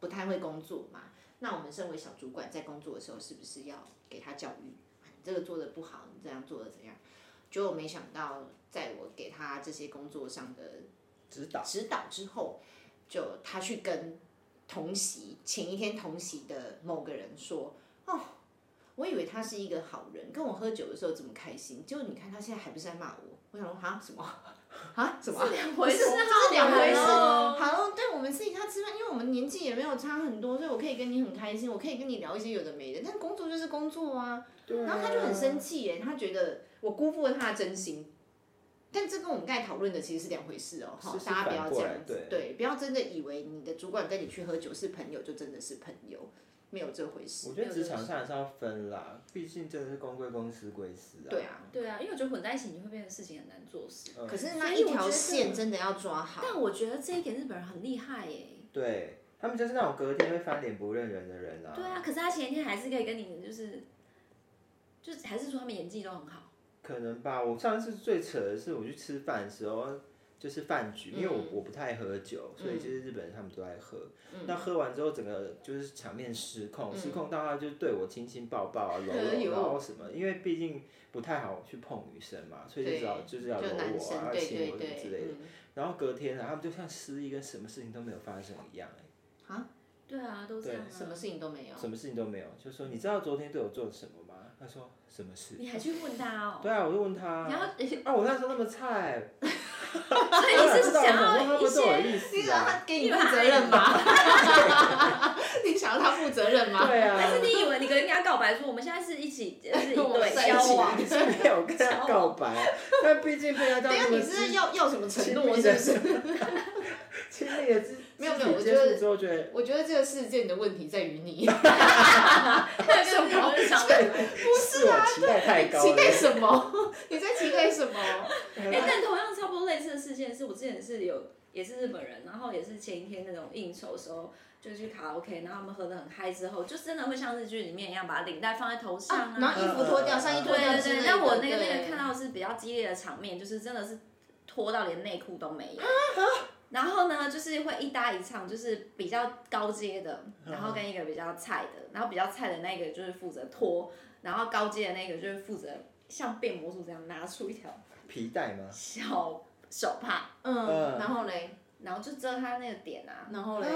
Speaker 2: 不太会工作嘛。那我们身为小主管，在工作的时候是不是要给他教育？啊你这个做的不好，你这样做的怎样？结果没想到，在我给他这些工作上的
Speaker 1: 指导
Speaker 2: 指导之后，就他去跟同席前一天同席的某个人说：“哦，我以为他是一个好人，跟我喝酒的时候这么开心，结果你看他现在还不是在骂我。”我想说：“啊什么？啊什么？
Speaker 3: 两
Speaker 2: 不
Speaker 3: 回
Speaker 2: 是，
Speaker 3: 事，
Speaker 2: 这是两回事。
Speaker 3: 哦
Speaker 2: 好，对我们私底下吃饭，因为我们年纪也没有差很多，所以我可以跟你很开心，我可以跟你聊一些有的没的。但工作就是工作啊，
Speaker 1: 对啊
Speaker 2: 然后他就很生气耶，他觉得我辜负了他的真心。但这跟我们刚才讨论的其实是两回事哦，哈
Speaker 1: 是，是
Speaker 2: 大家不要
Speaker 1: 反
Speaker 2: 这
Speaker 1: 过
Speaker 2: 样
Speaker 1: 来
Speaker 2: 子，对，不要真的以为你的主管跟你去喝酒是朋友，就真的是朋友，没有这回事
Speaker 1: 我。觉得职场
Speaker 3: 没有这个
Speaker 1: 上还是要分啦，毕竟真的是公归公，私归私啊。
Speaker 2: 对啊，
Speaker 3: 对啊，因为我觉得混在一起，你会变成事情很难做事。
Speaker 1: 嗯
Speaker 2: 可是那
Speaker 3: 所以
Speaker 2: 一
Speaker 3: 我觉
Speaker 2: 条
Speaker 3: 得
Speaker 2: 线真的要抓好。
Speaker 3: 但我觉得这一点日本人很厉害耶。
Speaker 1: 对他们就是那种隔天会翻脸不认人的人啊。
Speaker 3: 对啊，可是他前一天还是可以跟你，就是，就是还是说他们演技都很好。
Speaker 1: 可能吧。我上次最扯的是，我去吃饭的时候，就是饭局，因为我
Speaker 2: 嗯
Speaker 1: 我不太喝酒，所以
Speaker 2: 嗯
Speaker 1: 就是日本人他们都爱喝。
Speaker 2: 嗯
Speaker 1: 那喝完之后，整个就是场面失控，
Speaker 2: 嗯
Speaker 1: 失控到他就对我亲亲抱抱啊、揉
Speaker 2: 哎
Speaker 1: 揉，
Speaker 2: 呦
Speaker 1: 然后什么，因为毕竟不太好去碰女生嘛，所以就只好就是要
Speaker 2: 就
Speaker 1: 揉
Speaker 2: 男
Speaker 1: 我
Speaker 2: 生
Speaker 1: 啊、要
Speaker 2: 对
Speaker 1: 亲
Speaker 2: 对
Speaker 1: 我什么
Speaker 2: 对，
Speaker 1: 之类的。
Speaker 2: 嗯
Speaker 1: 然后隔天啊，他们就像失忆跟什么事情都没有发生一样、哎
Speaker 3: 对啊，都这样
Speaker 2: 什么
Speaker 3: 啊。
Speaker 2: 事情都没有。
Speaker 1: 什么事情都没有，就说你知道昨天对我做了什么吗？他说什么事？
Speaker 3: 你还去问他哦？ (laughs)
Speaker 1: 对啊，我就问他，
Speaker 3: 然后，所以你
Speaker 1: 啊，我那时候那么菜，
Speaker 2: 哎
Speaker 3: 是
Speaker 1: 啊知道
Speaker 3: 想
Speaker 1: 很多
Speaker 3: 要
Speaker 1: 他们
Speaker 3: 一
Speaker 1: 对我
Speaker 3: 些
Speaker 1: 有意
Speaker 2: 你
Speaker 1: 思
Speaker 2: 想要
Speaker 1: 啊。
Speaker 2: 他给你负责任吗？
Speaker 3: 啊
Speaker 2: (laughs) 你想要他负责任吗？
Speaker 1: 对
Speaker 3: 还是
Speaker 1: 啊， (laughs)
Speaker 3: 你以为你跟人家告白说我们现在是一起，就是一
Speaker 2: 我们在
Speaker 3: 对
Speaker 2: 一
Speaker 3: 交
Speaker 1: (laughs)
Speaker 2: 起
Speaker 3: 往？
Speaker 1: 是没有跟他告
Speaker 2: (laughs)
Speaker 1: 白，但毕竟被他到
Speaker 2: 等一下
Speaker 1: 这么
Speaker 2: 啊你是
Speaker 1: 亲
Speaker 2: 要要什么承诺？是不是？
Speaker 1: 亲密的肢
Speaker 2: 没有没
Speaker 1: 肢体
Speaker 2: 有我
Speaker 1: 接
Speaker 2: 觉
Speaker 1: 触
Speaker 2: 得
Speaker 1: 之后，觉得
Speaker 2: 我觉得这个事件的问题在于你，
Speaker 3: (laughs) 跟日
Speaker 1: (laughs)
Speaker 3: 本人讲的。
Speaker 1: 是我期待太高
Speaker 2: 啊期
Speaker 1: 了。
Speaker 2: 待什么？ (laughs) 你在期待
Speaker 3: (laughs)
Speaker 2: 什么？
Speaker 3: 哎、但同样差不多类似的事件是我之前是有，也是日本人，然后也是前一天那种应酬的时候，就去卡拉 OK，然后他们喝得很嗨之后，就真的会像日剧里面一样把领带放在头上啊。
Speaker 2: 然后衣服脱掉，上衣
Speaker 3: 对
Speaker 2: 脱掉
Speaker 3: 对
Speaker 2: 之类
Speaker 3: 对，
Speaker 2: 的。
Speaker 3: 但我那个那
Speaker 2: 对
Speaker 3: 个看到是比较激烈的场面，就是真的是脱到连内裤都没有。
Speaker 2: 啊
Speaker 3: (laughs) 然后呢，就是会一搭一唱，就是比较高阶的，然后跟一个比较菜的，然后比较菜的那个就是负责脱，然后高阶的那个就是负责像变魔术这样拿出一条
Speaker 1: 皮带
Speaker 2: 哎
Speaker 1: 吗？
Speaker 3: 小手帕，
Speaker 2: 嗯，
Speaker 1: 嗯
Speaker 2: 然后嘞，
Speaker 3: 然后就遮他那个点啊，
Speaker 2: 然后嘞，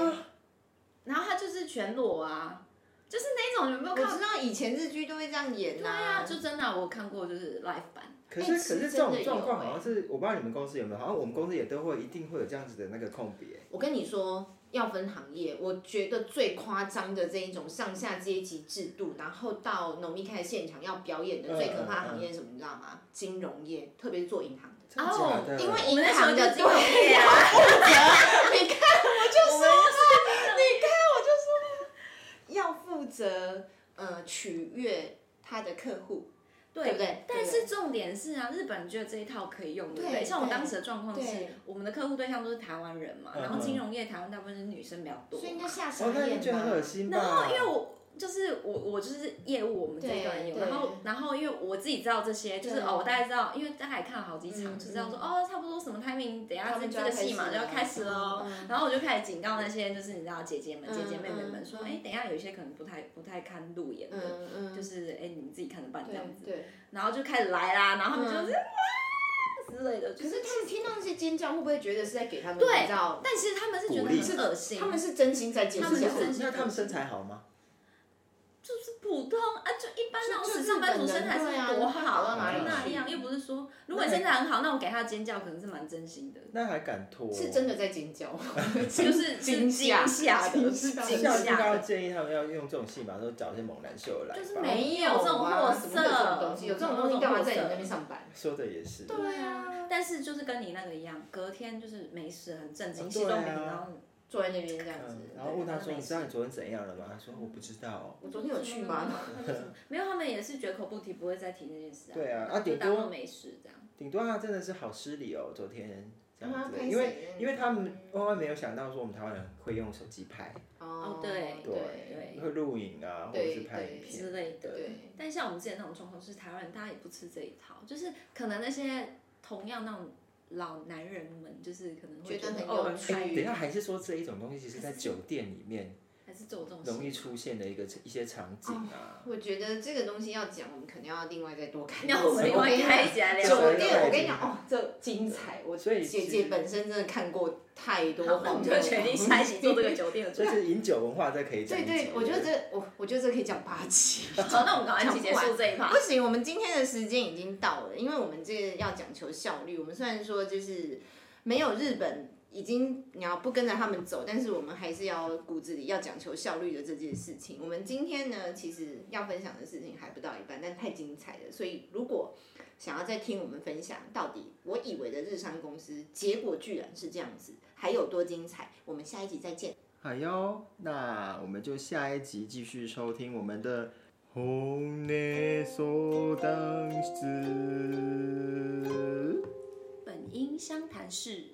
Speaker 3: 然后他就是全裸啊，就是那种有没有
Speaker 2: 我
Speaker 3: 看过？
Speaker 2: 知道以前日剧都会这样演
Speaker 3: 对
Speaker 2: 呐、
Speaker 3: 啊，就真的啊我有看过，就是 live 版，
Speaker 1: 可是
Speaker 2: 哎
Speaker 1: 可
Speaker 2: 其实
Speaker 1: 是这种
Speaker 2: 真的有
Speaker 1: 状况
Speaker 2: 哎
Speaker 1: 好像是我不知道你们公司有没有，好像我们公司也都会一定会有这样子的那个空别。
Speaker 2: 我跟你说，要分行业，我觉得最夸张的这一种上下阶级制度，然后到农民开现场要表演的
Speaker 1: 嗯
Speaker 2: 最可怕的行业是什么，你知道吗？金融业，特别是做银行的。
Speaker 3: 啊
Speaker 1: 真的
Speaker 3: 哦
Speaker 1: 假的？
Speaker 2: 哦因为
Speaker 3: 我们
Speaker 2: 银
Speaker 3: 那时候
Speaker 2: 行的对，
Speaker 3: 就金融业啊，
Speaker 2: 你看我就说嘛，你看我就说嘛，要负责呃取悦他的客户，对不对？
Speaker 3: 但是重点是啊，日本人觉得这一套可以用，对不对？
Speaker 2: 对
Speaker 3: 像我
Speaker 2: 对
Speaker 3: 当时的状况是
Speaker 2: 对，
Speaker 3: 我们的客户对象都是台湾人嘛，
Speaker 1: 嗯
Speaker 3: 然后金融业台湾大部分是女生比较多
Speaker 2: 所以。应该下傻
Speaker 1: 哦，那
Speaker 2: 眼
Speaker 1: 你觉得很
Speaker 2: 吧
Speaker 1: 恶？心吧？
Speaker 3: 然后因为我就是我我就是业务，我们这一段业务，
Speaker 2: 对对
Speaker 3: 然后然后因为我自己知道这些，就是
Speaker 2: 对
Speaker 3: 哦，我大概知道，因为大概看了好几场，
Speaker 2: 嗯
Speaker 3: 就知道
Speaker 2: 嗯
Speaker 3: 说哦，差不多什么 timing，等一下
Speaker 2: 他
Speaker 3: 这
Speaker 2: 们就
Speaker 3: 这
Speaker 2: 要
Speaker 3: 个戏嘛
Speaker 2: 开始
Speaker 3: 就要开始喽。
Speaker 2: 嗯
Speaker 3: 然后我就开始警告那些就是你知道姐姐们、
Speaker 2: 嗯
Speaker 3: 姐姐妹妹们
Speaker 2: 嗯
Speaker 3: 说，
Speaker 2: 嗯
Speaker 3: 哎、等一下有一些可能不太不太堪入眼的，
Speaker 2: 嗯嗯，
Speaker 3: 就是哎、你们自己看着办这样子。
Speaker 2: 对。嗯
Speaker 3: 然后就开始来啦，然后他们就是、哇之类的，就
Speaker 2: 可
Speaker 3: 是
Speaker 2: 是他们听到那些尖叫，会不会觉得是在给他们
Speaker 3: 对
Speaker 2: 营造？
Speaker 3: 但其实他们是觉得
Speaker 1: 鼓励
Speaker 3: 很恶心，
Speaker 2: 他们是真心在尖
Speaker 3: 他
Speaker 2: 叫
Speaker 3: 们是
Speaker 1: 那
Speaker 3: 真心
Speaker 1: 他那他们身材好吗？
Speaker 3: 就是普通啊，就一般那种
Speaker 2: 就就
Speaker 3: 时尚班族
Speaker 2: 日本
Speaker 3: 身
Speaker 2: 人
Speaker 3: 材
Speaker 2: 对啊
Speaker 3: 是多好
Speaker 1: 他跑到哪里
Speaker 3: 就那
Speaker 2: 去
Speaker 3: 样，又不是说如果你
Speaker 1: 那
Speaker 3: 身材很好，那我给他的尖叫可能是蛮真心的，
Speaker 1: 那还敢脱？
Speaker 2: 是真的在尖叫，
Speaker 3: 就是是
Speaker 2: (laughs)
Speaker 3: 惊
Speaker 2: 惊吓
Speaker 3: 吓的，
Speaker 2: 惊
Speaker 3: 是
Speaker 2: 吓
Speaker 3: 惊
Speaker 1: 像应该
Speaker 3: 吓
Speaker 1: 要
Speaker 3: 的。
Speaker 1: 建议他们要用这种戏码，都找一些猛男秀来吧。
Speaker 3: 就是没有
Speaker 2: 啊
Speaker 3: 这种货
Speaker 2: 怎么会有这
Speaker 3: 色
Speaker 2: 种东西？有这种东西干嘛在你那边上班？
Speaker 1: 说的也是，
Speaker 2: 对啊，
Speaker 3: 但是就是跟你那个一样，隔天就是没事，很震惊，
Speaker 1: 哦
Speaker 3: 心动
Speaker 1: 对啊
Speaker 3: 然后
Speaker 2: 坐在那边这样子
Speaker 1: 嗯，，然后问他说：“
Speaker 3: 对
Speaker 1: 你知道你昨天怎样了吗？”他说：“我不知道。
Speaker 2: 我昨天有去吗？
Speaker 3: (laughs) 没有，他们也是绝口不提，不会再提那件事啊。
Speaker 1: 对啊
Speaker 3: 然
Speaker 1: 啊
Speaker 3: 后就
Speaker 1: 顶
Speaker 3: 当
Speaker 1: 多
Speaker 3: 做没事这样。”
Speaker 2: 哦
Speaker 1: 顶多他真的是好失礼哦，昨天这样子
Speaker 2: 啊，
Speaker 1: 因为
Speaker 2: 拍谁
Speaker 1: 因为他们万万没有想到说我们台湾人会用手机拍，
Speaker 2: 哦
Speaker 3: 对
Speaker 2: 对
Speaker 3: 对
Speaker 1: 会录影啊，或者
Speaker 2: 对
Speaker 1: 是拍影
Speaker 3: 之
Speaker 1: 片。
Speaker 3: 类的。
Speaker 2: 对
Speaker 3: 但像我们之前那种状况，就是台湾人大家也不吃这一套，就是可能那些同样那种老男人们，就是可能会
Speaker 2: 觉得很
Speaker 3: 哦
Speaker 2: 有
Speaker 3: 很
Speaker 2: 趣
Speaker 3: 开
Speaker 1: 哎，
Speaker 3: 心
Speaker 1: 等一下，还是说这一种东西，其实在酒店里面
Speaker 3: 还是做这种
Speaker 1: 容易
Speaker 3: 事
Speaker 1: 出现的一个一些场景啊。
Speaker 2: 我觉得这个东西要讲，我们肯定要另外再多看一集。
Speaker 3: 那我们另外开起来聊
Speaker 2: 酒
Speaker 1: 酒店
Speaker 2: 店，我跟你讲哦，这精彩！我
Speaker 1: 所以其
Speaker 2: 姐
Speaker 1: 实
Speaker 2: 姐本身真的看过太多
Speaker 3: 好，那我
Speaker 2: 荒
Speaker 3: 们
Speaker 2: 谬
Speaker 3: 就
Speaker 2: 的
Speaker 3: 决定下一期做这个酒店的主
Speaker 1: 所以
Speaker 2: (laughs)
Speaker 3: 题。
Speaker 1: 是饮酒文化，再可以讲
Speaker 2: 对
Speaker 1: 一集
Speaker 2: 对，我觉得这我我觉得这可以讲八集。
Speaker 3: 好，那我们赶快一起结束这一趴
Speaker 2: 不。行，我们今天的时间已经到了，因为我们这个要讲求效率。我们虽然说就是没有日本，已经你要不跟着他们走，但是我们还是要骨子里要讲求效率的这件事情。我们今天呢，其实要分享的事情还不到一半，但太精彩了，所以如果想要再听我们分享到底我以为的日商公司，结果居然是这样子，还有多精彩，我们下一集再见。
Speaker 1: 好哟，那我们就下一集继续收听我们的《红内所当子》。
Speaker 3: 本音相谈室。